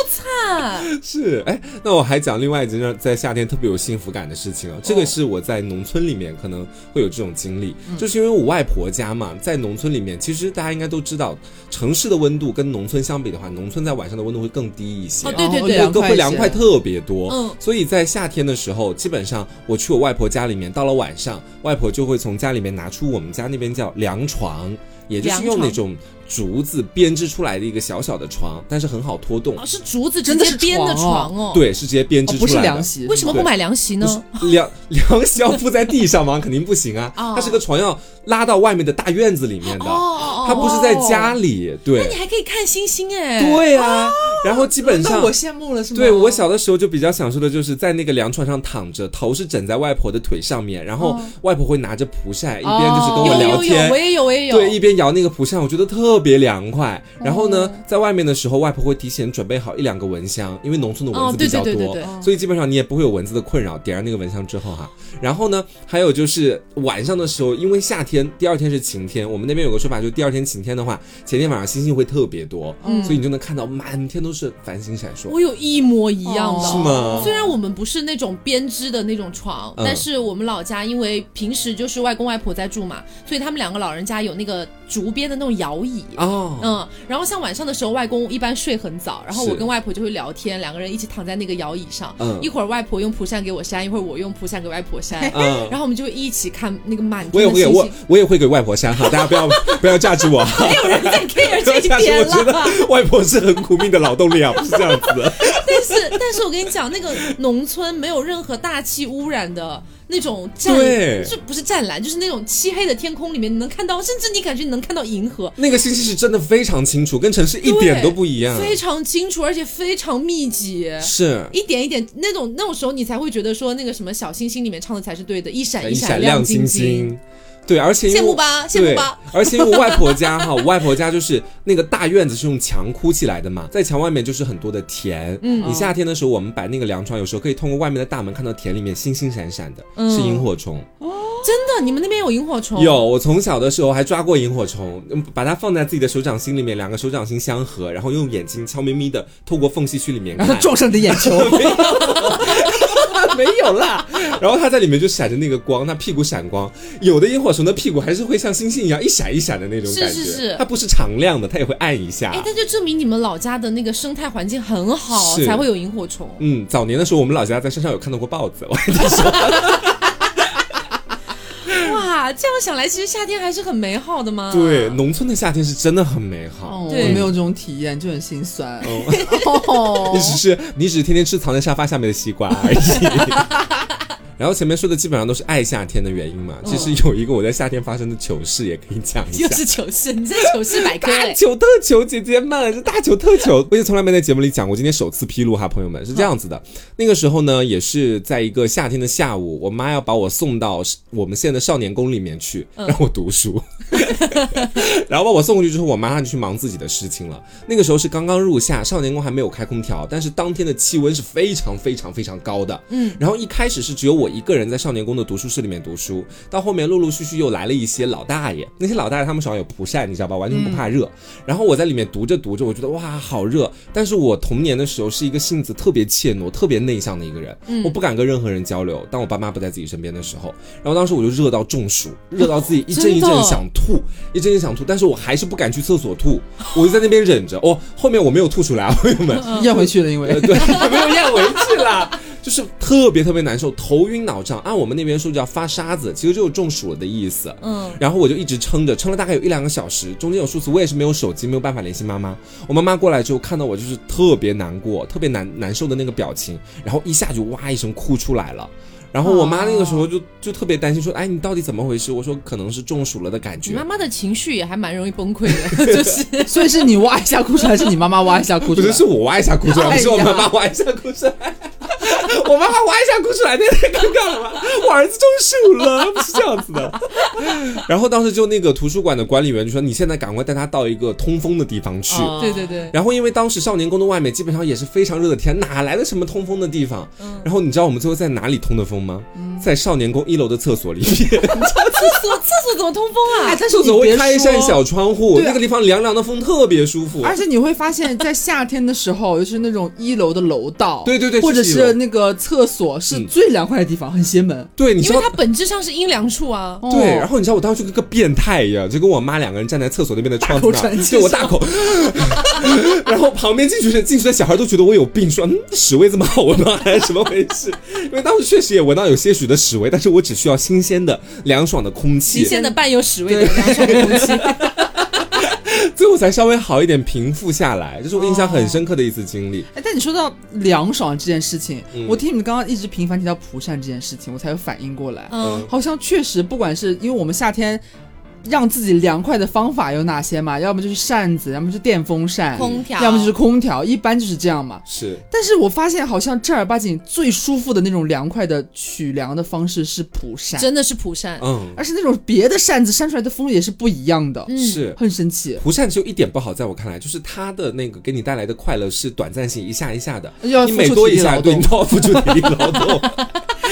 [SPEAKER 1] 惨，
[SPEAKER 2] 是，哎，那我还讲另外一件让在夏天特别有幸福感的事情啊，这个是我在农村里面可能会有这种经历，就是因为我外婆家嘛，在农村里面，其实大家应该都知道，城市的温度跟农村相比的话，农村在晚上的温度会更低一些。
[SPEAKER 1] 哦对对
[SPEAKER 3] 哦
[SPEAKER 1] 对
[SPEAKER 2] 会会凉
[SPEAKER 3] 些
[SPEAKER 2] 快特别多，
[SPEAKER 1] 嗯
[SPEAKER 2] 所以在夏天的时候，基本上我去我外婆家里面，到了晚上，外婆就会从家里面拿出我们家那边叫凉床，也就是用那种竹子编织出来的一个小小的床，但是很好拖动
[SPEAKER 1] 哦，。是竹子直
[SPEAKER 3] 真的
[SPEAKER 1] 接
[SPEAKER 3] 是
[SPEAKER 1] 编的
[SPEAKER 3] 床
[SPEAKER 1] 床哦。，
[SPEAKER 2] 对，是直接编
[SPEAKER 3] 哦
[SPEAKER 2] 织出
[SPEAKER 3] 不
[SPEAKER 2] 来的。
[SPEAKER 3] 是凉席，
[SPEAKER 1] 为什么不
[SPEAKER 2] 对
[SPEAKER 1] 买凉席
[SPEAKER 2] 不是
[SPEAKER 1] 呢？
[SPEAKER 2] 凉 凉席要铺在地上吗？肯定不行啊！
[SPEAKER 1] 哦
[SPEAKER 2] 它这个床要拉到外面的大院子里面的，
[SPEAKER 1] 哦哦，哦
[SPEAKER 2] 它不是在家里。
[SPEAKER 1] 那你
[SPEAKER 2] 对，
[SPEAKER 1] 还可以看星星哎。
[SPEAKER 2] 对啊。然后基本
[SPEAKER 3] 那
[SPEAKER 2] 上
[SPEAKER 3] 我，羡慕了是吗？
[SPEAKER 2] 对我小的时候就比较享受的就是在那个凉床上躺着，头是枕在外婆的腿上面，然后外婆会拿着蒲扇，一边就是跟我
[SPEAKER 1] 哦有
[SPEAKER 2] 聊
[SPEAKER 1] 有有，
[SPEAKER 2] 天
[SPEAKER 1] 我。也有，我也有。
[SPEAKER 2] 对，一边摇那个蒲扇，我觉得特别凉快。然后
[SPEAKER 1] 哦
[SPEAKER 2] 呢，在外面的时候，外婆会提前准备好一两个蚊香，因为农村的蚊
[SPEAKER 1] 哦
[SPEAKER 2] 子
[SPEAKER 1] 对
[SPEAKER 2] 比较
[SPEAKER 1] 对对
[SPEAKER 2] 多
[SPEAKER 1] 对对，
[SPEAKER 2] 所以基本上你也不会有蚊子的困扰。点燃那个蚊香之后哈，然后呢，还有就是晚上的时候，因为夏天第二天是晴天，我们那边有个说法，就是第二天晴天的话，前天晚上星星会特别多，
[SPEAKER 1] 嗯
[SPEAKER 2] 所以你就能看到满天都是繁星闪烁
[SPEAKER 1] 我。有一模一样的。
[SPEAKER 3] 哦
[SPEAKER 2] 是吗
[SPEAKER 1] 虽然我们不是那种编织的那种床，
[SPEAKER 2] 嗯
[SPEAKER 1] 但是我们老家因为平时就是外公外婆在住嘛，所以他们两个老人家有那个竹编的那种摇椅。
[SPEAKER 2] 哦，
[SPEAKER 1] 嗯，然后像晚上的时候，外公一般睡很早，然后我
[SPEAKER 2] 是
[SPEAKER 1] 跟外婆就会聊天，两个人一起躺在那个摇椅上，
[SPEAKER 2] 嗯
[SPEAKER 1] 一会儿外婆用蒲扇给我扇，一会儿我用蒲扇给外婆扇，
[SPEAKER 2] 嗯
[SPEAKER 1] 然后我们就会一起看那个满
[SPEAKER 2] 我也
[SPEAKER 1] 天的
[SPEAKER 2] 会给
[SPEAKER 1] 星
[SPEAKER 2] 我
[SPEAKER 1] 星。
[SPEAKER 2] 我也会给外婆扇哈，大家 不要不要榨汁我，
[SPEAKER 1] 没有人在 care 这一
[SPEAKER 2] 榨汁
[SPEAKER 1] 哎点
[SPEAKER 2] 我觉
[SPEAKER 1] 了。
[SPEAKER 2] 得外婆是很苦命的劳动力啊，不是这样 子的。
[SPEAKER 1] 但是，但是我跟你讲，那个农村没有任何大气污染的那种湛，
[SPEAKER 2] 对
[SPEAKER 1] 就不是湛蓝，就是那种漆黑的天空里面，你能看到，甚至你感觉你能看到银河，
[SPEAKER 2] 那个信息是真的非常清楚，跟城市一点
[SPEAKER 1] 对
[SPEAKER 2] 都不一样。
[SPEAKER 1] 非常清楚，而且非常密集。
[SPEAKER 2] 嗯是
[SPEAKER 1] 一点一点，那种那种时候，你才会觉得说那个什么小星星里面唱的才是对的，一闪
[SPEAKER 2] 一
[SPEAKER 1] 闪
[SPEAKER 2] 闪亮
[SPEAKER 1] 晶
[SPEAKER 2] 晶晶。对，而且因为
[SPEAKER 1] 羡慕吧羡慕
[SPEAKER 2] 对
[SPEAKER 1] 吧。
[SPEAKER 2] 而且因为我外婆家 哈，我外婆家就是那个大院子是用墙箍起来的嘛，在墙外面就是很多的田。嗯，你夏天的时候，我们摆那个凉床，有时候可以通过外面的大门看到田里面星星闪闪的，
[SPEAKER 1] 嗯
[SPEAKER 2] 是萤火虫。
[SPEAKER 1] 真的，你们那边有萤火虫？
[SPEAKER 2] 有，我从小的时候还抓过萤火虫，嗯把它放在自己的手掌心里面，两个手掌心相合，然后用眼睛悄咪咪的透过缝隙去里面
[SPEAKER 3] 然后
[SPEAKER 2] 看
[SPEAKER 3] 它。撞上你的眼 球，
[SPEAKER 2] 没有啦，然后它在里面就闪着那个光，它屁股闪光。有的萤火虫的屁股还是会像星星一样一闪一闪的那种
[SPEAKER 1] 是
[SPEAKER 2] 感觉，
[SPEAKER 1] 是是
[SPEAKER 2] 它不是常亮的，它也会暗一下。
[SPEAKER 1] 哎，那就证明你们老家的那个生态环境很好，
[SPEAKER 2] 是
[SPEAKER 1] 才会有萤火虫。
[SPEAKER 2] 嗯，早年的时候，我们老家在山上有看到过豹子，我还
[SPEAKER 1] 哇，这样想来，其实夏天还是很美好的嘛。
[SPEAKER 2] 对，农村的夏天是真的很美好。
[SPEAKER 3] 哦我
[SPEAKER 1] 对
[SPEAKER 3] 没有这种体验，就很心酸。
[SPEAKER 2] 你只是你只是天天吃藏在沙发下面的西瓜而已。 然后前面说的基本上都是爱夏天的原因嘛，其实有一个我在夏天发生的糗事也可以讲一下
[SPEAKER 1] 又。是糗事，你在糗事百科
[SPEAKER 2] 大
[SPEAKER 1] 嘞。
[SPEAKER 2] 糗特糗，姐姐们，这大糗特糗， 我也从来没在节目里讲过，今天首次披露哈，朋友们是这样子的，那个时候呢，也是在一个夏天的下午，我妈要把我送到我们县的少年宫里面去，让我读书，然后把我送过去之后，我妈就去忙自己的事情了。那个时候是刚刚入夏，少年宫还没有开空调，但是当天的气温是非常非常非常高的，嗯，然后一开始是只有我一个人在少年宫的读书室里面读书，到后面陆陆续续又来了一些老大爷，那些老大爷他们手上有蒲扇，你知道吧，完全不怕热，然后我在里面读着读着，我觉得哇，好热。但是我童年的时候是一个性子特别怯懦、特别内向的一个人，我不敢跟任何人交流。当我爸妈不在自己身边的时候，然后当时我就热到中暑，热到自己一阵一阵
[SPEAKER 1] 真的
[SPEAKER 2] 想吐，一阵一阵想吐，但是我还是不敢去厕所吐，我就在那边忍着。哦，后面我没有吐出来 啊，朋友们，
[SPEAKER 1] 嗯
[SPEAKER 3] 咽回去了，因为
[SPEAKER 2] 呃，对，没有咽回去啦，就是特别特别难受，头晕脑胀，啊按我们那边说叫发沙子，其实就是中暑了的意思。嗯，然后我就一直撑着，撑了大概有一两个小时，中间有数次我也是没有手机，没有办法联系妈妈。我妈妈过来之后看到我就是特别难过，特别难难受的那个表情，然后一下就哇一声哭出来了。然后我妈那个时候就就特别担心，说：“哎，你到底怎么回事？”我说：“可能是中暑了的感
[SPEAKER 1] 你
[SPEAKER 2] 觉。
[SPEAKER 1] 妈妈的情绪也还蛮容易崩溃的， 就是
[SPEAKER 3] 所以是你哇一下哭出来，还是你妈妈哇一下”哭
[SPEAKER 2] 不
[SPEAKER 3] 出来
[SPEAKER 2] 是，？是我哇一下哭出来，不是我妈
[SPEAKER 3] 哎
[SPEAKER 2] 妈
[SPEAKER 3] 呀
[SPEAKER 2] 哇一下哭出来。 我妈妈哇一下哭出来，那太尴尬了吧？我儿子中暑了，不是这样子的。然后当时就那个图书馆的管理员就说：“你现在赶快带他到一个通风的地方去。
[SPEAKER 3] 哦
[SPEAKER 1] 对对对，
[SPEAKER 2] 然后因为当时少年宫的外面基本上也是非常热的天，哪来的什么通风的地方？
[SPEAKER 3] 嗯
[SPEAKER 2] 然后你知道我们最后在哪里通的风吗？在少年宫一楼的厕所里面，
[SPEAKER 1] 厕所厕所怎么通风
[SPEAKER 3] 哎
[SPEAKER 1] 啊？
[SPEAKER 3] 但是
[SPEAKER 2] 厕
[SPEAKER 3] 你
[SPEAKER 2] 所会
[SPEAKER 3] 别
[SPEAKER 2] 开一扇
[SPEAKER 3] 说
[SPEAKER 2] 小窗户，
[SPEAKER 3] 对啊
[SPEAKER 2] 那个地方凉凉的风特别舒服。
[SPEAKER 3] 而且你会发现，在夏天的时候，尤其是那种一楼的楼道，
[SPEAKER 2] 对对对
[SPEAKER 3] 或者
[SPEAKER 2] 是一楼
[SPEAKER 3] 是那个厕所，是
[SPEAKER 2] 嗯
[SPEAKER 3] 最凉快的地方，很邪门。
[SPEAKER 2] 对，你
[SPEAKER 1] 因
[SPEAKER 2] 知
[SPEAKER 1] 为
[SPEAKER 2] 道
[SPEAKER 1] 它本质上是阴凉处啊。
[SPEAKER 2] 对，然
[SPEAKER 3] 后
[SPEAKER 2] 后你知道我当时就跟个变态一样，就跟我妈两个人站在厕所那边的窗户
[SPEAKER 3] 大口
[SPEAKER 2] 那儿，
[SPEAKER 3] 喘气
[SPEAKER 2] 对我大口，然后旁边进去的进去的小孩都觉得我有病，说嗯屎味这么好闻吗？还是什么回事？因为当时确实也闻到有些许的屎味，但是我只需要新鲜的、凉爽的
[SPEAKER 1] 新
[SPEAKER 2] 空气。
[SPEAKER 1] 鲜的伴有屎味的凉爽空气，
[SPEAKER 2] 以我才稍微好一点平复下来。这是我印象很深刻的一次经历。
[SPEAKER 3] 哎，但你说到凉爽这件事情，
[SPEAKER 2] 嗯
[SPEAKER 3] 我听你们刚刚一直频繁提到蒲扇这件事情，我才有反应过来。
[SPEAKER 1] 嗯，
[SPEAKER 3] 好像确实，不管是因为我们夏天让自己凉快的方法有哪些嘛，要么就是扇子，要么就是电风扇，
[SPEAKER 1] 空调，
[SPEAKER 3] 要么就是空调，一般就是这样嘛。
[SPEAKER 2] 是
[SPEAKER 3] 但是我发现，好像正儿八经最舒服的那种凉快的取凉的方式是蒲 扇，
[SPEAKER 1] 真的是蒲扇，
[SPEAKER 2] 嗯，
[SPEAKER 3] 而且那种别的扇子扇出来的风也是不一样的，
[SPEAKER 1] 嗯，
[SPEAKER 2] 是。
[SPEAKER 3] 很神奇。
[SPEAKER 2] 蒲扇只有一点不好，在我看来，就是它的那个给你带来的快乐是短暂性，一下一下的，
[SPEAKER 3] 又要
[SPEAKER 2] 你
[SPEAKER 3] 付
[SPEAKER 2] 每
[SPEAKER 3] 出
[SPEAKER 2] 多
[SPEAKER 3] 体
[SPEAKER 2] 一
[SPEAKER 3] 力
[SPEAKER 2] 下，
[SPEAKER 3] 劳
[SPEAKER 2] 对，
[SPEAKER 3] 动
[SPEAKER 2] 你都要付出体力劳动。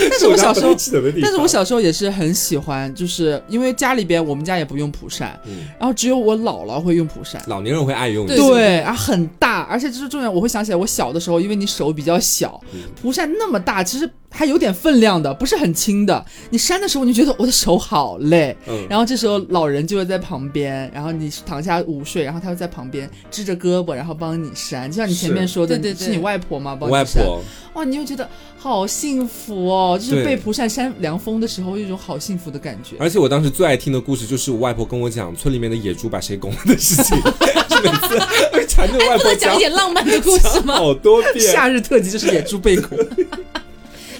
[SPEAKER 2] 但
[SPEAKER 3] 是我小时候
[SPEAKER 2] 的地方
[SPEAKER 3] 但是我小时候也是很喜欢，就是因为家里边我们家也不用蒲扇，
[SPEAKER 2] 嗯
[SPEAKER 3] 然后只有我姥姥会用蒲扇。
[SPEAKER 2] 老年人会爱用
[SPEAKER 1] 对
[SPEAKER 2] 这个
[SPEAKER 3] 对啊，很大，而且这是重点。我会想起来，我小的时候，因为你手比较小
[SPEAKER 2] 嗯，
[SPEAKER 3] 蒲扇那么大，其实还有点分量的，不是很轻的。你扇的时候，你就觉得我的手好累，
[SPEAKER 2] 嗯，
[SPEAKER 3] 然后这时候老人就会在旁边，然后你躺下午睡，然后他会在旁边支着胳膊，然后帮你扇。就像你前面说的，
[SPEAKER 1] 是对对
[SPEAKER 3] 你
[SPEAKER 1] 对
[SPEAKER 3] 是你外婆吗？
[SPEAKER 2] 我
[SPEAKER 3] 帮你
[SPEAKER 2] 外
[SPEAKER 3] 扇。
[SPEAKER 2] 婆，
[SPEAKER 3] 哇，你又觉得好幸福哦，就是
[SPEAKER 2] 对
[SPEAKER 3] 被蒲扇扇凉风的时候，有一种好幸福的感觉。
[SPEAKER 2] 而且我当时最爱听的故事就是我外婆跟我讲村里面的野猪把谁拱了的事 情，就每次会缠着
[SPEAKER 3] 哎
[SPEAKER 2] 我外
[SPEAKER 1] 哎不
[SPEAKER 2] 婆
[SPEAKER 1] 能讲一点浪漫的故事 吗？
[SPEAKER 2] 好多遍。
[SPEAKER 3] 夏日特辑就是野猪被 拱，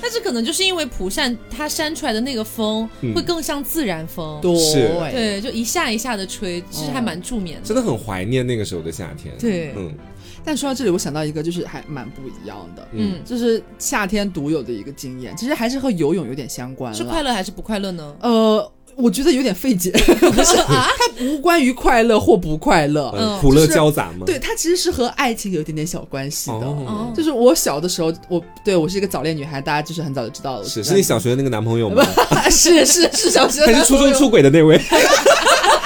[SPEAKER 1] 但是可能就是因为蒲扇它扇出来的那个风
[SPEAKER 2] 嗯
[SPEAKER 1] 会更像自然风，
[SPEAKER 2] 是
[SPEAKER 3] 对。
[SPEAKER 1] 对，就一下一下的吹，其实还蛮助眠的。
[SPEAKER 2] 真的很怀念那个时候的夏天。
[SPEAKER 3] 对
[SPEAKER 2] 嗯
[SPEAKER 3] 但说到这里，我想到一个，就是还蛮不一样的，
[SPEAKER 1] 嗯，
[SPEAKER 3] 就是夏天独有的一个经验，其实还是和游泳有点相关了。
[SPEAKER 1] 是快乐还是不快乐呢？啊
[SPEAKER 3] 呃，我觉得有点费解， 不 是它无关于快乐或不快乐，
[SPEAKER 2] 嗯，
[SPEAKER 1] 嗯
[SPEAKER 2] 苦乐
[SPEAKER 3] 就是
[SPEAKER 2] 交杂嘛。
[SPEAKER 3] 对，它其实是和爱情有一点点小关系的。
[SPEAKER 2] 哦，
[SPEAKER 3] 就是我小的时候，我对我是一个早恋女孩，大家就是很早就知道了。
[SPEAKER 2] 是
[SPEAKER 3] 嗯我
[SPEAKER 2] 是你小学的那个男朋友吗？
[SPEAKER 3] 是是是小学的
[SPEAKER 2] 还
[SPEAKER 3] 男
[SPEAKER 2] 是初
[SPEAKER 3] 朋友，
[SPEAKER 2] 中出轨的那位？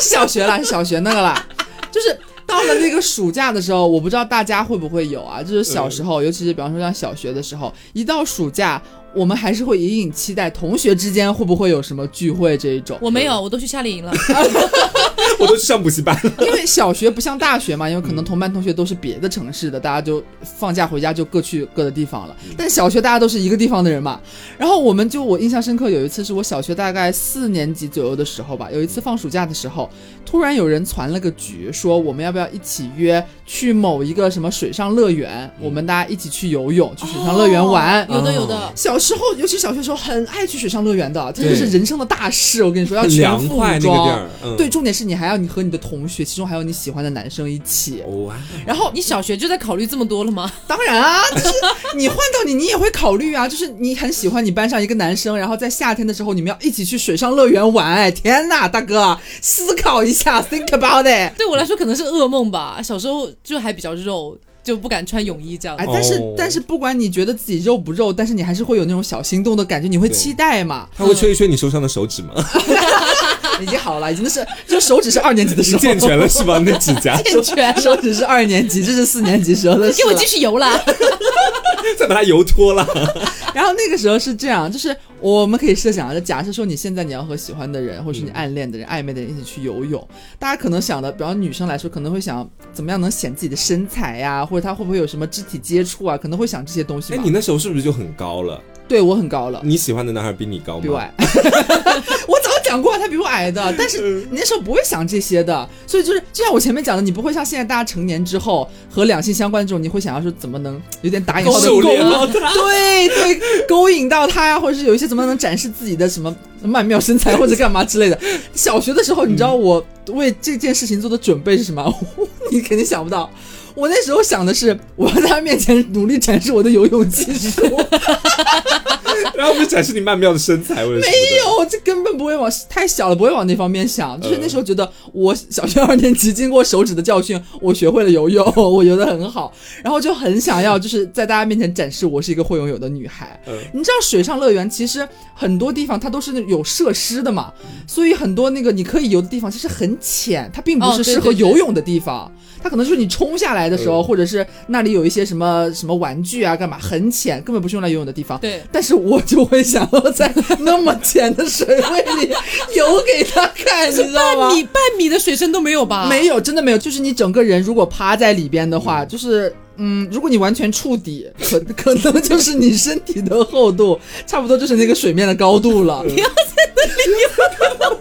[SPEAKER 3] 是小学啦，是小学那个啦， 就是。到了那个暑假的时候，我不知道大家会不会有啊？就是小时候，尤其是比方说像小学的时候，一到暑假，我们还是会隐隐期待同学之间会不会有什么聚会这一种。
[SPEAKER 1] 我没有，我都去夏令营了。
[SPEAKER 2] 我都去上补习班了。
[SPEAKER 3] 因为小学不像大学嘛，因为可
[SPEAKER 2] 嗯
[SPEAKER 3] 能同班同学都是别的城市的，大家就放假回家就各去各的地方了。
[SPEAKER 2] 嗯
[SPEAKER 3] 但小学大家都是一个地方的人嘛，然后我们就我印象深刻，有一次是我小学大概四年级左右的时候吧，有一次
[SPEAKER 2] 嗯
[SPEAKER 3] 放暑假的时候，突然有人传了个局，说我们要不要一起约去某一个什么水上乐园，
[SPEAKER 2] 嗯
[SPEAKER 3] 我们大家一起去游泳，去水上乐
[SPEAKER 2] 哦
[SPEAKER 3] 园玩。
[SPEAKER 1] 哦
[SPEAKER 3] 嗯
[SPEAKER 1] 有的有的，
[SPEAKER 3] 小时候，尤其小学时候，很爱去水上乐园的，这就是人生的大事。我跟你说，要
[SPEAKER 2] 很
[SPEAKER 3] 全
[SPEAKER 2] 凉
[SPEAKER 3] 副武
[SPEAKER 2] 快那个地
[SPEAKER 3] 装
[SPEAKER 2] 儿嗯
[SPEAKER 3] 对，重点是你还要你和你的同学，其中还有你喜欢的男生一起。
[SPEAKER 2] 哇，
[SPEAKER 3] 然后
[SPEAKER 1] 你小学就在考虑这么多了吗？
[SPEAKER 3] 当然啊， 就是你换到你，你也会考虑啊。就是你很喜欢你班上一个男生，然后在夏天的时候你们要一起去水上乐园玩。哎天呐，大哥，思考一下，think about it。
[SPEAKER 1] 对我来说可能是噩梦吧。小时候就还比较肉，就不敢穿泳衣这样
[SPEAKER 3] 哎，。但是、
[SPEAKER 2] 哦
[SPEAKER 3] 但是不管你觉得自己肉不肉，但是你还是会有那种小心动的感觉，你会
[SPEAKER 2] 对
[SPEAKER 3] 期待 嘛。
[SPEAKER 2] 他会吹一吹你手上的手指 吗？
[SPEAKER 3] 已经好了，已经是就手指是二年级的时候
[SPEAKER 2] 健全了是吧？那指 甲
[SPEAKER 1] 健全
[SPEAKER 3] 手指是二年级，这是四年级时候的事
[SPEAKER 1] 给我
[SPEAKER 3] 了
[SPEAKER 1] 继续游啦！
[SPEAKER 2] 再把它油脱了。
[SPEAKER 3] 然后那个时候是这样，就是我们可以设想啊，就假设说你现在你要和喜欢的人，或者是你暗恋的人、暧昧的人一起去游泳，大家可能想的，比方女生来说，可能会想怎么样能显自己的身材呀、或者他会不会有什么肢体接触啊，可能会想这些东西
[SPEAKER 2] 哎，
[SPEAKER 3] 嘛。
[SPEAKER 2] 你那时候是不是就很高了？
[SPEAKER 3] 对我很高了。
[SPEAKER 2] 你喜欢的男孩比你高
[SPEAKER 3] 比我
[SPEAKER 2] 吗？
[SPEAKER 3] 矮， 我早讲过他比我矮的，但是
[SPEAKER 2] 嗯
[SPEAKER 3] 你那时候不会想这些的，所以就是就像我前面讲的，你不会像现在大家成年之后和两性相关这种，你会想要说怎么能有点打引号的
[SPEAKER 2] 狩猎
[SPEAKER 3] 勾对对，勾引到他呀，或者是有一些怎么能展示自己的什么曼妙身材或者干嘛之类的。小学的时候，你知道我为这件事情做的准备是什么？ 你肯定想不到。我那时候想的是，我要在他面前努力展示我的游泳技术。
[SPEAKER 2] 然后不是展示你曼妙的身材或者什么的
[SPEAKER 3] 没有，哎这根本不会往太小了，不会往那方面想。就是那时候觉得，我小学二年级经过手指的教训，我学会了游泳， 我游得很好，然后就很想要，就是在大家面前展示我是一个会游泳的女孩。
[SPEAKER 2] 嗯
[SPEAKER 3] 你知道水上乐园其实很多地方它都是那有设施的嘛，
[SPEAKER 1] 嗯
[SPEAKER 3] 所以很多那个你可以游的地方其实很浅，它并不
[SPEAKER 1] 哦
[SPEAKER 3] 是
[SPEAKER 1] 对
[SPEAKER 3] 适合
[SPEAKER 1] 对对
[SPEAKER 3] 游泳的地方。它可能就是你冲下来的时候，
[SPEAKER 2] 嗯
[SPEAKER 3] 或者是那里有一些什么什么玩具啊，干嘛很浅，根本不是用来游泳的地方。
[SPEAKER 1] 对，
[SPEAKER 3] 但是我就会想要在那么浅的水位里游给他看，你知道
[SPEAKER 1] 半
[SPEAKER 3] 吗
[SPEAKER 1] 米？半米的水深都没有吧？
[SPEAKER 3] 没有，真的没有。就是你整个人如果趴在里边的话，就是嗯，如果你完全触底， 可可能就是你身体的厚嗯 度，差不多就是那个水面的高度了。不要在那里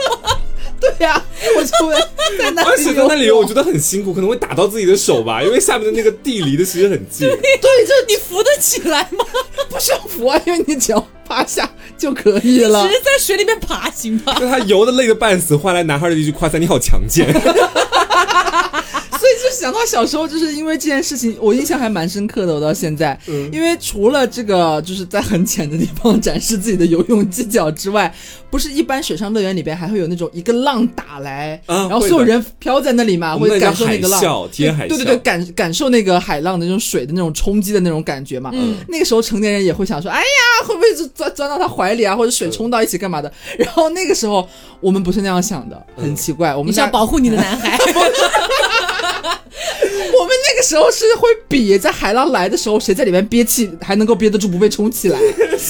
[SPEAKER 3] 呀，我就会在那
[SPEAKER 2] 而且在那
[SPEAKER 3] 里
[SPEAKER 2] 里
[SPEAKER 3] 游
[SPEAKER 2] 游，我觉得很辛苦，可能会打到自己的手 吧，因为下面的那个地离的其实很近。
[SPEAKER 3] 对，就是
[SPEAKER 1] 你扶得起来吗？
[SPEAKER 3] 不需要扶啊，因为你只要趴下就可以了
[SPEAKER 1] 只。是在水里面爬行吧。
[SPEAKER 2] 但他游的累得半死，换来男孩的一句夸赞：“你好强健。
[SPEAKER 3] 所以就想到小时候，就是因为这件事情，我印象还蛮深刻的。我到现在，
[SPEAKER 2] 嗯
[SPEAKER 3] 因为除了这个就是在很浅的地方展示自己的游泳技巧之外，不是一般水上乐园里边还会有那种一个浪打来，
[SPEAKER 2] 啊
[SPEAKER 3] 然后
[SPEAKER 2] 会
[SPEAKER 3] 所有
[SPEAKER 2] 的
[SPEAKER 3] 人飘在那里嘛，
[SPEAKER 2] 我们
[SPEAKER 3] 会
[SPEAKER 2] 那
[SPEAKER 3] 感
[SPEAKER 2] 叫
[SPEAKER 3] 受那个
[SPEAKER 2] 海
[SPEAKER 3] 浪，
[SPEAKER 2] 啸体验海
[SPEAKER 3] 对对对，
[SPEAKER 2] 啸
[SPEAKER 3] 感感受那个海浪的那种水的那种冲击的那种感觉嘛。
[SPEAKER 1] 嗯
[SPEAKER 3] 那个时候成年人也会想说，哎呀，会不会就钻钻到他怀里啊，或者水冲到一起干嘛的？ 然后那个时候我们不是那样想的，
[SPEAKER 2] 嗯
[SPEAKER 3] 很奇怪，我
[SPEAKER 1] 你
[SPEAKER 3] 们
[SPEAKER 1] 是要
[SPEAKER 3] 那
[SPEAKER 1] 保护你的男孩，
[SPEAKER 3] 我们那个时候是会比在海浪来的时候，谁在里面憋气还能够憋得住不被冲起来，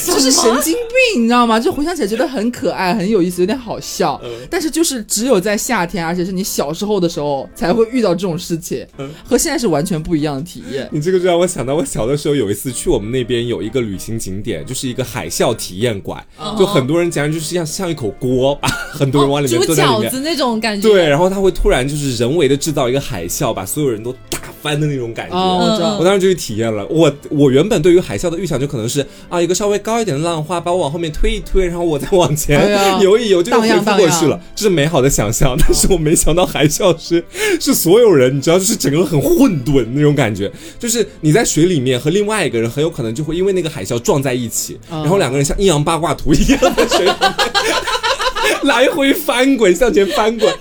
[SPEAKER 3] 这是神经病，你知道吗？就回想起来觉得很可爱、很有意思，有点好笑。但是就是只有在夏天，而且是你小时候的时候才会遇到这种事情，和现在是完全不一样的体验”。
[SPEAKER 2] 你这个就让我想到，我小的时候有一次去我们那边有一个旅行景点，就是一个海啸体验馆，
[SPEAKER 3] 哦
[SPEAKER 2] 就很多人讲就是像像一口锅，把很多人往里面
[SPEAKER 1] 煮
[SPEAKER 2] 坐在里
[SPEAKER 1] 饺
[SPEAKER 2] 面。
[SPEAKER 1] 子那种感觉。
[SPEAKER 2] 对，然后他会突然就是人为的制造一个海啸，把所有人都打翻的那种感觉。
[SPEAKER 3] 哦，我知道
[SPEAKER 2] 我。当时就去体验了。我我原本对于海啸的预想就可能是啊，一个稍微高一点的浪花把我往后面推一推，然后我再往前
[SPEAKER 3] 哎呀
[SPEAKER 2] 游一游，就又
[SPEAKER 3] 荡
[SPEAKER 2] 恢
[SPEAKER 3] 漾
[SPEAKER 2] 复
[SPEAKER 3] 荡
[SPEAKER 2] 过去
[SPEAKER 3] 漾嗯
[SPEAKER 2] 了。这是美好的想象，但是我没想到海啸是是所有人，你知道，就是整个很混沌那种感觉，就是你在水里面和另外一个人很有可能就会因为那个海啸撞在一起，
[SPEAKER 3] 嗯
[SPEAKER 2] 然后两个人像阴阳八卦图一样在水里面。 来回翻滚，向前翻滚。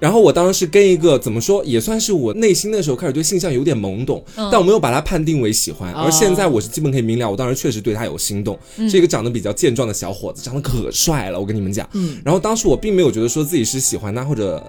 [SPEAKER 2] 然后我当时是跟一个怎么说，也算是我内心那时候开始对性向有点懵懂，但我没有把它判定为喜欢。而现在我是基本可以明了，我当时确实对他有心动，是一个长得比较健壮的小伙子，长得可帅了，我跟你们讲。然后当时我并没有觉得说自己是喜欢他或者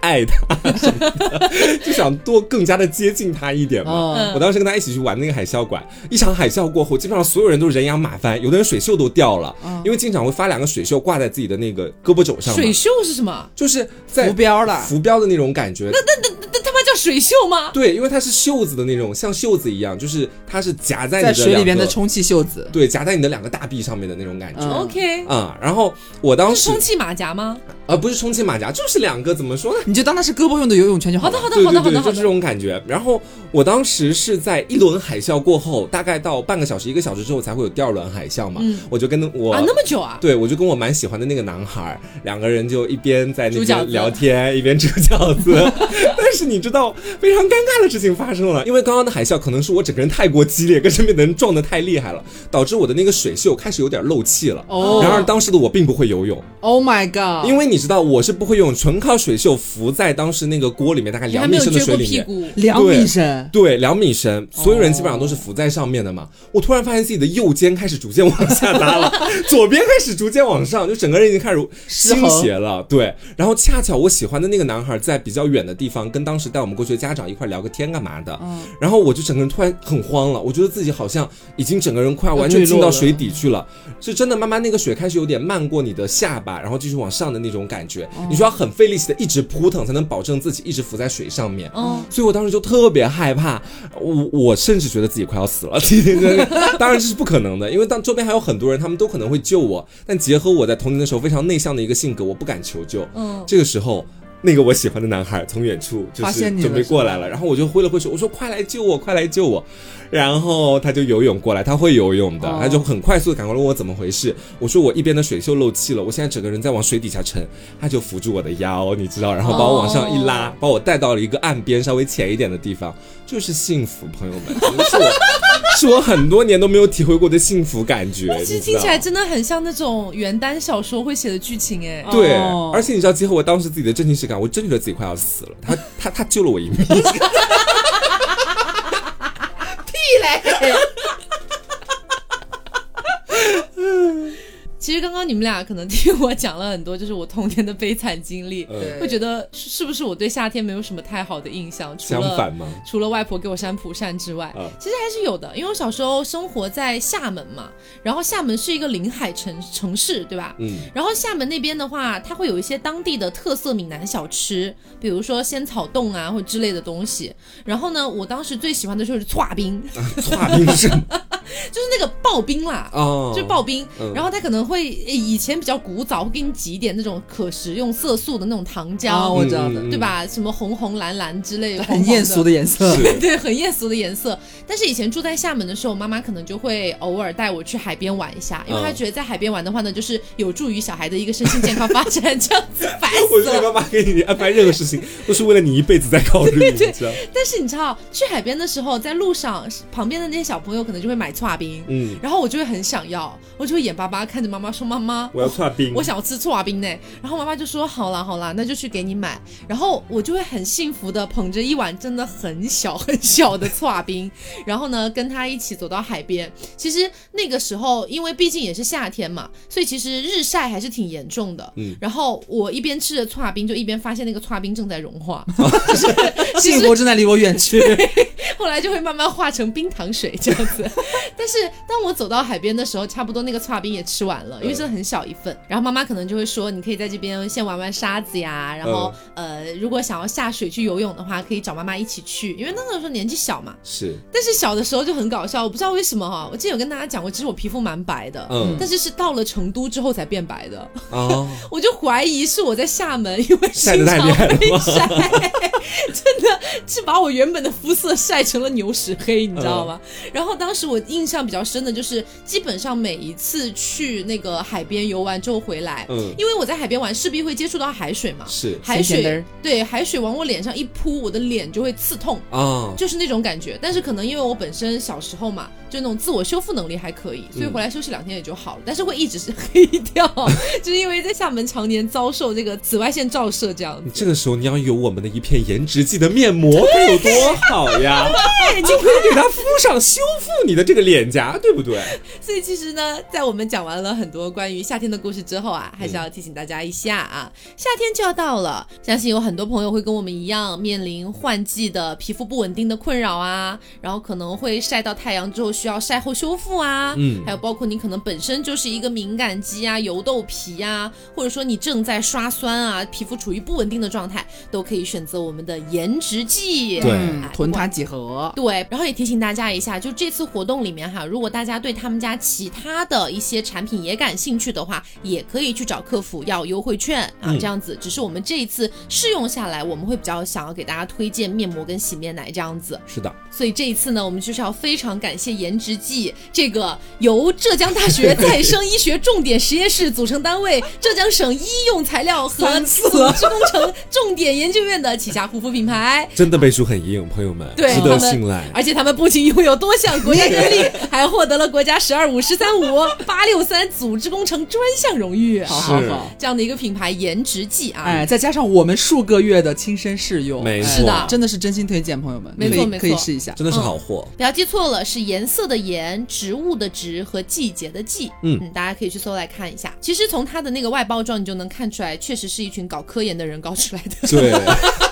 [SPEAKER 2] 爱他什么的，就想多更加的接近他一点嘛。
[SPEAKER 3] 嗯
[SPEAKER 2] 我当时跟他一起去玩那个海啸馆，一场海啸过后，基本上所有人都人仰马翻，有的人水袖都掉了，
[SPEAKER 3] 嗯
[SPEAKER 2] 因为经常会发两个水袖挂在自己的那个胳膊肘上嘛，
[SPEAKER 1] 水袖是什么？
[SPEAKER 2] 就是在
[SPEAKER 3] 浮标了
[SPEAKER 2] 浮标的那种感觉。
[SPEAKER 1] 那那那他妈叫水袖吗？
[SPEAKER 2] 对，因为它是袖子的那种，像袖子一样，就是它是夹在你
[SPEAKER 3] 在
[SPEAKER 2] 的
[SPEAKER 3] 水里边的
[SPEAKER 2] 两个，
[SPEAKER 3] 充气袖子，
[SPEAKER 2] 对，夹在你的两个大臂上面的那种感觉。
[SPEAKER 3] 嗯
[SPEAKER 1] OK，
[SPEAKER 2] 啊、然后我当
[SPEAKER 1] 是
[SPEAKER 2] 时
[SPEAKER 1] 充气马甲吗？
[SPEAKER 2] 呃不是充气马甲，就是两个怎么说呢？
[SPEAKER 3] 你就当它是胳膊用的游泳圈就好
[SPEAKER 1] 好
[SPEAKER 3] 了
[SPEAKER 1] 的，。好的，
[SPEAKER 2] 对
[SPEAKER 1] 好
[SPEAKER 2] 对
[SPEAKER 1] 的，好
[SPEAKER 2] 对，
[SPEAKER 1] 的，
[SPEAKER 2] 就
[SPEAKER 1] 好
[SPEAKER 2] 这
[SPEAKER 1] 的。
[SPEAKER 2] 种感觉。然后我当时是在一轮海啸过后，大概到半个小时、一个小时之后才会有第二轮海啸嘛。我就跟我、
[SPEAKER 1] 啊，那么久啊？
[SPEAKER 2] 对，我就跟我蛮喜欢的那个男孩儿，两个人就一边在那
[SPEAKER 1] 煮饺
[SPEAKER 2] 边
[SPEAKER 1] 子
[SPEAKER 2] 聊天，一边煮饺 子。但是你知道，非常尴尬的事情发生了，因为刚刚的海啸可能是我整个人太过激烈，跟身边的人撞得太厉害了，导致我的那个水袖开始有点漏气了。
[SPEAKER 3] 哦
[SPEAKER 2] 然而当时的我并不会游泳，
[SPEAKER 1] 哦
[SPEAKER 3] Oh my god！
[SPEAKER 2] 因为你知道我是不会游泳，纯靠水袖浮在当时那个锅里面，大概
[SPEAKER 1] 你还
[SPEAKER 2] 两
[SPEAKER 1] 没
[SPEAKER 2] 米
[SPEAKER 1] 有
[SPEAKER 2] 深的
[SPEAKER 1] 撅
[SPEAKER 2] 水
[SPEAKER 1] 过
[SPEAKER 2] 里
[SPEAKER 1] 屁
[SPEAKER 2] 面。
[SPEAKER 1] 股，
[SPEAKER 3] 两米深，
[SPEAKER 2] 对，两米深，所有人基本上都是浮在上面的嘛。我突然发现自己的右肩开始逐渐往下拉 了，左边开始逐渐往上，就整个人已经开始
[SPEAKER 3] 失
[SPEAKER 2] 倾
[SPEAKER 3] 衡
[SPEAKER 2] 斜了。对，然后恰巧我喜欢的那个男孩在比较远的地方，跟当时带我们过去的家长一块聊个天干嘛的。
[SPEAKER 3] 嗯
[SPEAKER 2] 然后我就整个人突然很慌了，我觉得自己好像已经整个人快要
[SPEAKER 3] 要
[SPEAKER 2] 完全
[SPEAKER 3] 坠
[SPEAKER 2] 进
[SPEAKER 3] 落
[SPEAKER 2] 到
[SPEAKER 3] 了
[SPEAKER 2] 水底去了，
[SPEAKER 3] 嗯
[SPEAKER 2] 是真的慢慢那个水开始有点漫过你的下巴，然后继续往上的那种感觉。你需要很费力气的一直扑腾，才能保证自己一直浮在水上面。
[SPEAKER 1] 嗯，
[SPEAKER 2] 所以我当时就特别害怕，我我甚至觉得自己快要死了。 这这这当然这是不可能的，因为当周边还有很多人，他们都可能会救我。但结合我在童年的时候非常内向的一个性格，我不敢求救。
[SPEAKER 1] 嗯
[SPEAKER 2] 这个时候。那个我喜欢的男孩从远处就
[SPEAKER 3] 发
[SPEAKER 2] 是
[SPEAKER 3] 现你了
[SPEAKER 2] 准备过来了，然后我就挥了挥手，我说快来救我，快来救我，然后他就游泳过来，他会游泳的，
[SPEAKER 3] 哦
[SPEAKER 2] 他就很快速的赶过来问我怎么回事，我说我一边的水袖漏气了，我现在整个人在往水底下沉，他就扶住我的腰，你知道，然后把我往上一拉，啊把我带到了一个岸边稍微浅一点的地方，就是幸福，朋友们，真的是我， 是我很多年都没有体会过的幸福感觉。
[SPEAKER 1] 其实
[SPEAKER 2] 你知
[SPEAKER 1] 听起来
[SPEAKER 2] 道
[SPEAKER 1] 真的很像那种原耽小说会写的剧情哎。
[SPEAKER 2] 对
[SPEAKER 3] 哦，
[SPEAKER 2] 而且你知道，结合我当时自己的真情实感，我真觉得自己快要死了。他 他他救了我一命，
[SPEAKER 1] 其实刚刚你们俩可能听我讲了很多，就是我童年的悲惨经历，
[SPEAKER 2] 嗯
[SPEAKER 1] 会觉得是是不是我对夏天没有什么太好的印象？除
[SPEAKER 2] 相
[SPEAKER 1] 了
[SPEAKER 2] 反吗？
[SPEAKER 1] 除了外婆给我扇蒲扇之外，
[SPEAKER 2] 啊
[SPEAKER 1] 其实还是有的，因为我小时候生活在厦门嘛，然后厦门是一个临海城城市，对吧？
[SPEAKER 2] 嗯，
[SPEAKER 1] 然后厦门那边的话，它会有一些当地的特色闽南小吃，比如说仙草冻啊或 之类的东西。然后呢，我当时最喜欢的就是搓冰，
[SPEAKER 2] 搓冰是什么
[SPEAKER 1] 就是那个刨冰啦，
[SPEAKER 2] 哦，
[SPEAKER 1] 就刨冰
[SPEAKER 2] 嗯，
[SPEAKER 1] 然后它可能会以前比较古早，会给你挤一点那种可食用色素的那种糖
[SPEAKER 3] 啊，
[SPEAKER 1] 浆，
[SPEAKER 3] 我知道的，
[SPEAKER 2] 嗯
[SPEAKER 1] 对吧？什么红红蓝蓝之类，红
[SPEAKER 3] 很
[SPEAKER 1] 红
[SPEAKER 3] 艳俗
[SPEAKER 1] 的。
[SPEAKER 3] 的颜色。
[SPEAKER 2] 是
[SPEAKER 1] 对，很艳俗的颜色。但是以前住在厦门的时候，妈妈可能就会偶尔带我去海边玩一下，因为她
[SPEAKER 2] 嗯
[SPEAKER 1] 觉得在海边玩的话呢，就是有助于小孩的一个身心健康发展。 这样子烦
[SPEAKER 2] 我
[SPEAKER 1] 死
[SPEAKER 2] 觉得
[SPEAKER 1] 了。
[SPEAKER 2] 妈妈给你安排任何事情，都是为了你一辈子在考虑，你知道？
[SPEAKER 1] 但是你知道，去海边的时候，在路上旁边的那些小朋友可能就会买搓冰，
[SPEAKER 2] 嗯，
[SPEAKER 1] 然后我就会很想要，我就会眼巴巴看着妈妈说：“妈妈，
[SPEAKER 2] 我要串冰，
[SPEAKER 1] 我想要吃搓冰呢。”然后妈妈就说：“好啦好啦，那就去给你买。”然后我就会很幸福的捧着一碗真的很小很小的搓冰， 然后呢跟他一起走到海边。其实那个时候，因为毕竟也是夏天嘛，所以其实日晒还是挺严重的。
[SPEAKER 2] 嗯
[SPEAKER 1] 然后我一边吃着搓冰，就一边发现那个搓冰正在融化，其实
[SPEAKER 3] 幸福正在离我远 去。
[SPEAKER 1] 后来就会慢慢化成冰糖水这样子。 但是当我走到海边的时候，差不多那个刨冰也吃完了，因为真的很小一份。然后妈妈可能就会说，你可以在这边先玩玩沙子呀，然后、呃，如果想要下水去游泳的话，可以找妈妈一起去，因为那个时候年纪小嘛。
[SPEAKER 2] 是，
[SPEAKER 1] 但是小的时候就很搞笑，我不知道为什么哈、我之前有跟大家讲过，其实我皮肤蛮白的。
[SPEAKER 2] 嗯
[SPEAKER 1] 但是是到了成都之后才变白的，
[SPEAKER 2] 哦，
[SPEAKER 1] 我就怀疑是我在厦门， 因为
[SPEAKER 2] 晒得
[SPEAKER 1] 经
[SPEAKER 2] 太
[SPEAKER 1] 常
[SPEAKER 2] 厉害了
[SPEAKER 1] 被
[SPEAKER 2] 吗
[SPEAKER 1] 晒， 真的是把我原本的肤色晒成了牛屎黑，你知道吗？
[SPEAKER 2] 嗯
[SPEAKER 1] 然后当时我印象比较深的就是，基本上每一次去那个海边游玩之后回来，
[SPEAKER 2] 嗯，
[SPEAKER 1] 因为我在海边玩势必会接触到海水嘛，
[SPEAKER 2] 是
[SPEAKER 1] 海
[SPEAKER 3] 咸咸的
[SPEAKER 1] 水
[SPEAKER 3] 儿
[SPEAKER 1] 对海水往我脸上一扑，我的脸就会刺痛。
[SPEAKER 2] 啊，
[SPEAKER 1] 就是那种感觉，但是可能因为我本身小时候嘛，就那种自我修复能力还可以，所以回来休息两天也就好了。但是会一直是黑掉， 就是因为在厦门常年遭受这个紫外线照射这样
[SPEAKER 2] 你
[SPEAKER 1] 子。
[SPEAKER 2] 这个时候你要有我们的一片颜值剂的面膜，该有多好呀！你就可以给它敷上，修复你的这个脸颊，对不对？
[SPEAKER 1] 所以其实呢，在我们讲完了很多关于夏天的故事之后
[SPEAKER 2] 嗯
[SPEAKER 1] 啊，还是要提醒大家一下啊，夏天就要到了，相信有很多朋友会跟我们一样面临换季的皮肤不稳定的困扰啊，然后可能会晒到太阳之后需要晒后修复啊，
[SPEAKER 2] 嗯
[SPEAKER 1] 还有包括你可能本身就是一个敏感肌啊、油痘皮啊，或者说你正在刷酸啊，皮肤处于不稳定的状态，都可以选择我们的颜值剂。
[SPEAKER 2] 对
[SPEAKER 1] 哎
[SPEAKER 3] 囤它几何？
[SPEAKER 1] 对，然后也提醒大家一下，就这次活动里面哈，如果大家对他们家其他的一些产品也感兴趣的话，也可以去找客服要优惠券啊，
[SPEAKER 2] 嗯
[SPEAKER 1] 这样子。只是我们这一次试用下来，我们会比较想要给大家推荐面膜跟洗面奶这样子。
[SPEAKER 2] 是的，
[SPEAKER 1] 所以这一次呢，我们就是要非常感谢颜值记这个由浙江大学再生医学重点实验室组成单位、浙江省医用材料和
[SPEAKER 3] 三
[SPEAKER 1] 组
[SPEAKER 3] 次
[SPEAKER 1] 织工程重点研究院的旗下护肤品牌。
[SPEAKER 2] 真的背书很硬，朋友们，
[SPEAKER 1] 对
[SPEAKER 2] 值得信赖。
[SPEAKER 1] 而且他哎们不仅拥有多项国家专利，还获得了国家“十二五”“十三五”“八六三”组织工程专项荣誉。
[SPEAKER 3] 好
[SPEAKER 1] 啊
[SPEAKER 3] 好
[SPEAKER 2] 是
[SPEAKER 3] 好。
[SPEAKER 1] 这样的一个品牌颜值计啊，
[SPEAKER 3] 哎，再加上我们数个月的亲身试用，
[SPEAKER 2] 没
[SPEAKER 3] 哎
[SPEAKER 2] 错是
[SPEAKER 1] 的
[SPEAKER 3] 真的是真心推荐朋友们，
[SPEAKER 1] 没错
[SPEAKER 3] 可以
[SPEAKER 1] 没错
[SPEAKER 3] 可以试一下。
[SPEAKER 2] 真的是好货，
[SPEAKER 1] 不要记错了，是颜色的颜、植物的植和季节的季。
[SPEAKER 2] 嗯
[SPEAKER 1] 大家可以去搜来看一下。其实从它的那个外包装，你就能看出来，确实是一群搞科研的人搞出来的。
[SPEAKER 2] 对，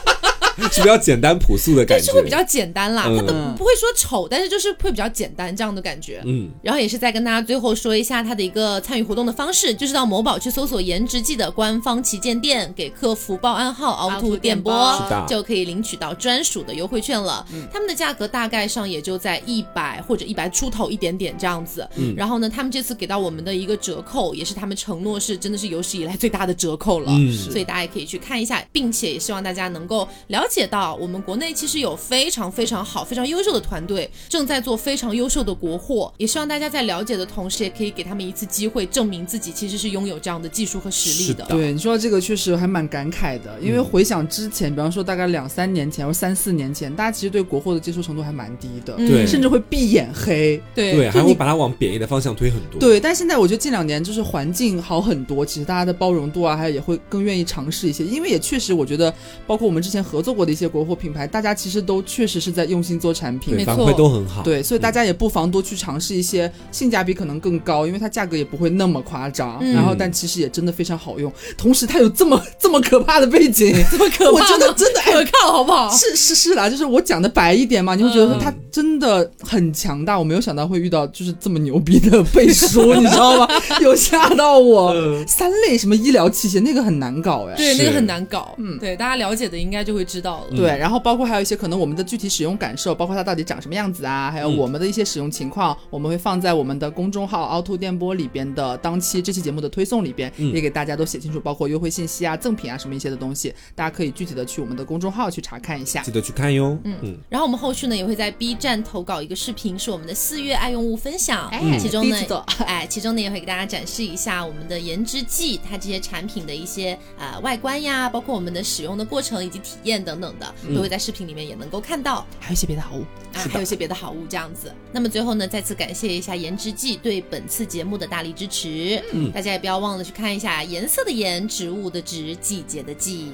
[SPEAKER 2] 是比较简单朴素的感
[SPEAKER 1] 但
[SPEAKER 2] 觉，
[SPEAKER 1] 是会比较简单啦，
[SPEAKER 2] 嗯
[SPEAKER 1] 它的不会说丑，但是就是会比较简单这样的感觉。
[SPEAKER 2] 嗯，
[SPEAKER 1] 然后也是再跟大家最后说一下它的一个参与活动的方式，就是到某宝去搜索“颜值记”的官方旗舰店，给客服报暗号“凹凸电波嗯
[SPEAKER 2] 是的”，
[SPEAKER 1] 就可以领取到专属的优惠券了。他们的价格大概上也就在一百或者一百出头一点点这样子。
[SPEAKER 2] 嗯
[SPEAKER 1] 然后呢，他们这次给到我们的一个折扣，也是他们承诺是真的是有史以来最大的折扣了。
[SPEAKER 2] 嗯
[SPEAKER 1] 所以大家也可以去看一下，并且也希望大家能够了解到，我们国内其实有非常非常好、非常优秀的团队正在做非常优秀的国货，也希望大家在了解的同时，也可以给他们一次机会，证明自己其实是拥有这样的技术和实力的。嗯
[SPEAKER 2] 是的
[SPEAKER 3] 对你说到这个，确实还蛮感慨的，因为回想之前，比方说大概两三年前或三四年前，大家其实对国货的接受程度还蛮低的，
[SPEAKER 1] 嗯
[SPEAKER 2] 对
[SPEAKER 3] 甚至会闭眼黑。
[SPEAKER 1] 对
[SPEAKER 2] 对，啊
[SPEAKER 3] 就
[SPEAKER 2] 还会
[SPEAKER 3] 你
[SPEAKER 2] 把它往贬义的方向推很多，，
[SPEAKER 3] 对，但现在我觉得近两年就是环境好很多，其实大家的包容度啊，还有也会更愿意尝试一些，因为也确实我觉得，包括我们之前合作过的一些国货品牌，大家其实都确实是在用心做产品
[SPEAKER 1] 没
[SPEAKER 2] 对，，反
[SPEAKER 1] 错
[SPEAKER 2] 馈都很好，
[SPEAKER 3] 对，所以大
[SPEAKER 1] 嗯
[SPEAKER 3] 家也不妨多去尝试一些性价比可能更高，因为它价格也不会那么夸张，
[SPEAKER 1] 嗯
[SPEAKER 3] 然后但其实也真的非常好用。同时它有这么这么可怕的背景，
[SPEAKER 1] 这么可
[SPEAKER 3] 我
[SPEAKER 1] 怕
[SPEAKER 3] 真
[SPEAKER 1] 呢
[SPEAKER 3] 的真的 哎
[SPEAKER 1] 可靠，好不好？
[SPEAKER 3] 是是是啦，就是我讲的白一点嘛，你会觉得
[SPEAKER 1] 嗯
[SPEAKER 3] 它真的很强大，我没有想到会遇到就是这么牛逼的背书，你知道吗？ 有吓到我。
[SPEAKER 2] 嗯
[SPEAKER 3] 三类什么医疗器械那个很难搞哎，
[SPEAKER 1] 对，
[SPEAKER 2] 是嗯
[SPEAKER 1] 那个很难搞。
[SPEAKER 3] 嗯
[SPEAKER 1] 对，大家了解的应该就会知道了。
[SPEAKER 3] 对，然后包括还有一些可能我们的具体使用感受，包括它到底长什么样子啊，还有我们的一些使用情况，我们会放在我们的公众号“凹凸电波”里边的当期这期节目的推送里边，也给大家都写清楚，包括优惠信息啊、赠品啊什么一些的东西，大家可以具体的去我们的公众号去查看一下
[SPEAKER 2] 记。得去看哟。嗯，
[SPEAKER 1] 然后我们后续呢也会在 B 站投稿一个视频，是我们的四月爱用物分享，
[SPEAKER 3] 哎
[SPEAKER 1] 其中
[SPEAKER 3] 第一
[SPEAKER 1] 呢
[SPEAKER 3] 次做，
[SPEAKER 1] 哎，其中呢也会给大家展示一下我们的颜值记，它这些产品的一些呃外观呀，包括我们的使用的过程以及体验等等的，
[SPEAKER 2] 嗯
[SPEAKER 1] 都会在视频里面也能够看到。
[SPEAKER 3] 还有一些别的好物，
[SPEAKER 1] 啊，还有一些别的好物这样子。那么最后呢，再次感谢一下颜值记对本次节目的大力支持。嗯，大家也不要忘了去看一下颜色的颜、植物的植、季节的季。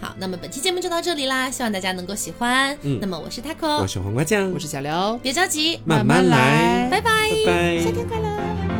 [SPEAKER 1] 好，那么本期节目就到这里啦，希望大家能够喜欢。
[SPEAKER 2] 嗯
[SPEAKER 1] 那么我是
[SPEAKER 2] 我
[SPEAKER 1] Taco，
[SPEAKER 3] 哦
[SPEAKER 2] 是黄瓜酱
[SPEAKER 3] 我，是小刘，
[SPEAKER 1] 别着急，
[SPEAKER 2] 慢慢来，
[SPEAKER 1] 拜拜，
[SPEAKER 2] 拜拜
[SPEAKER 1] 夏天快乐。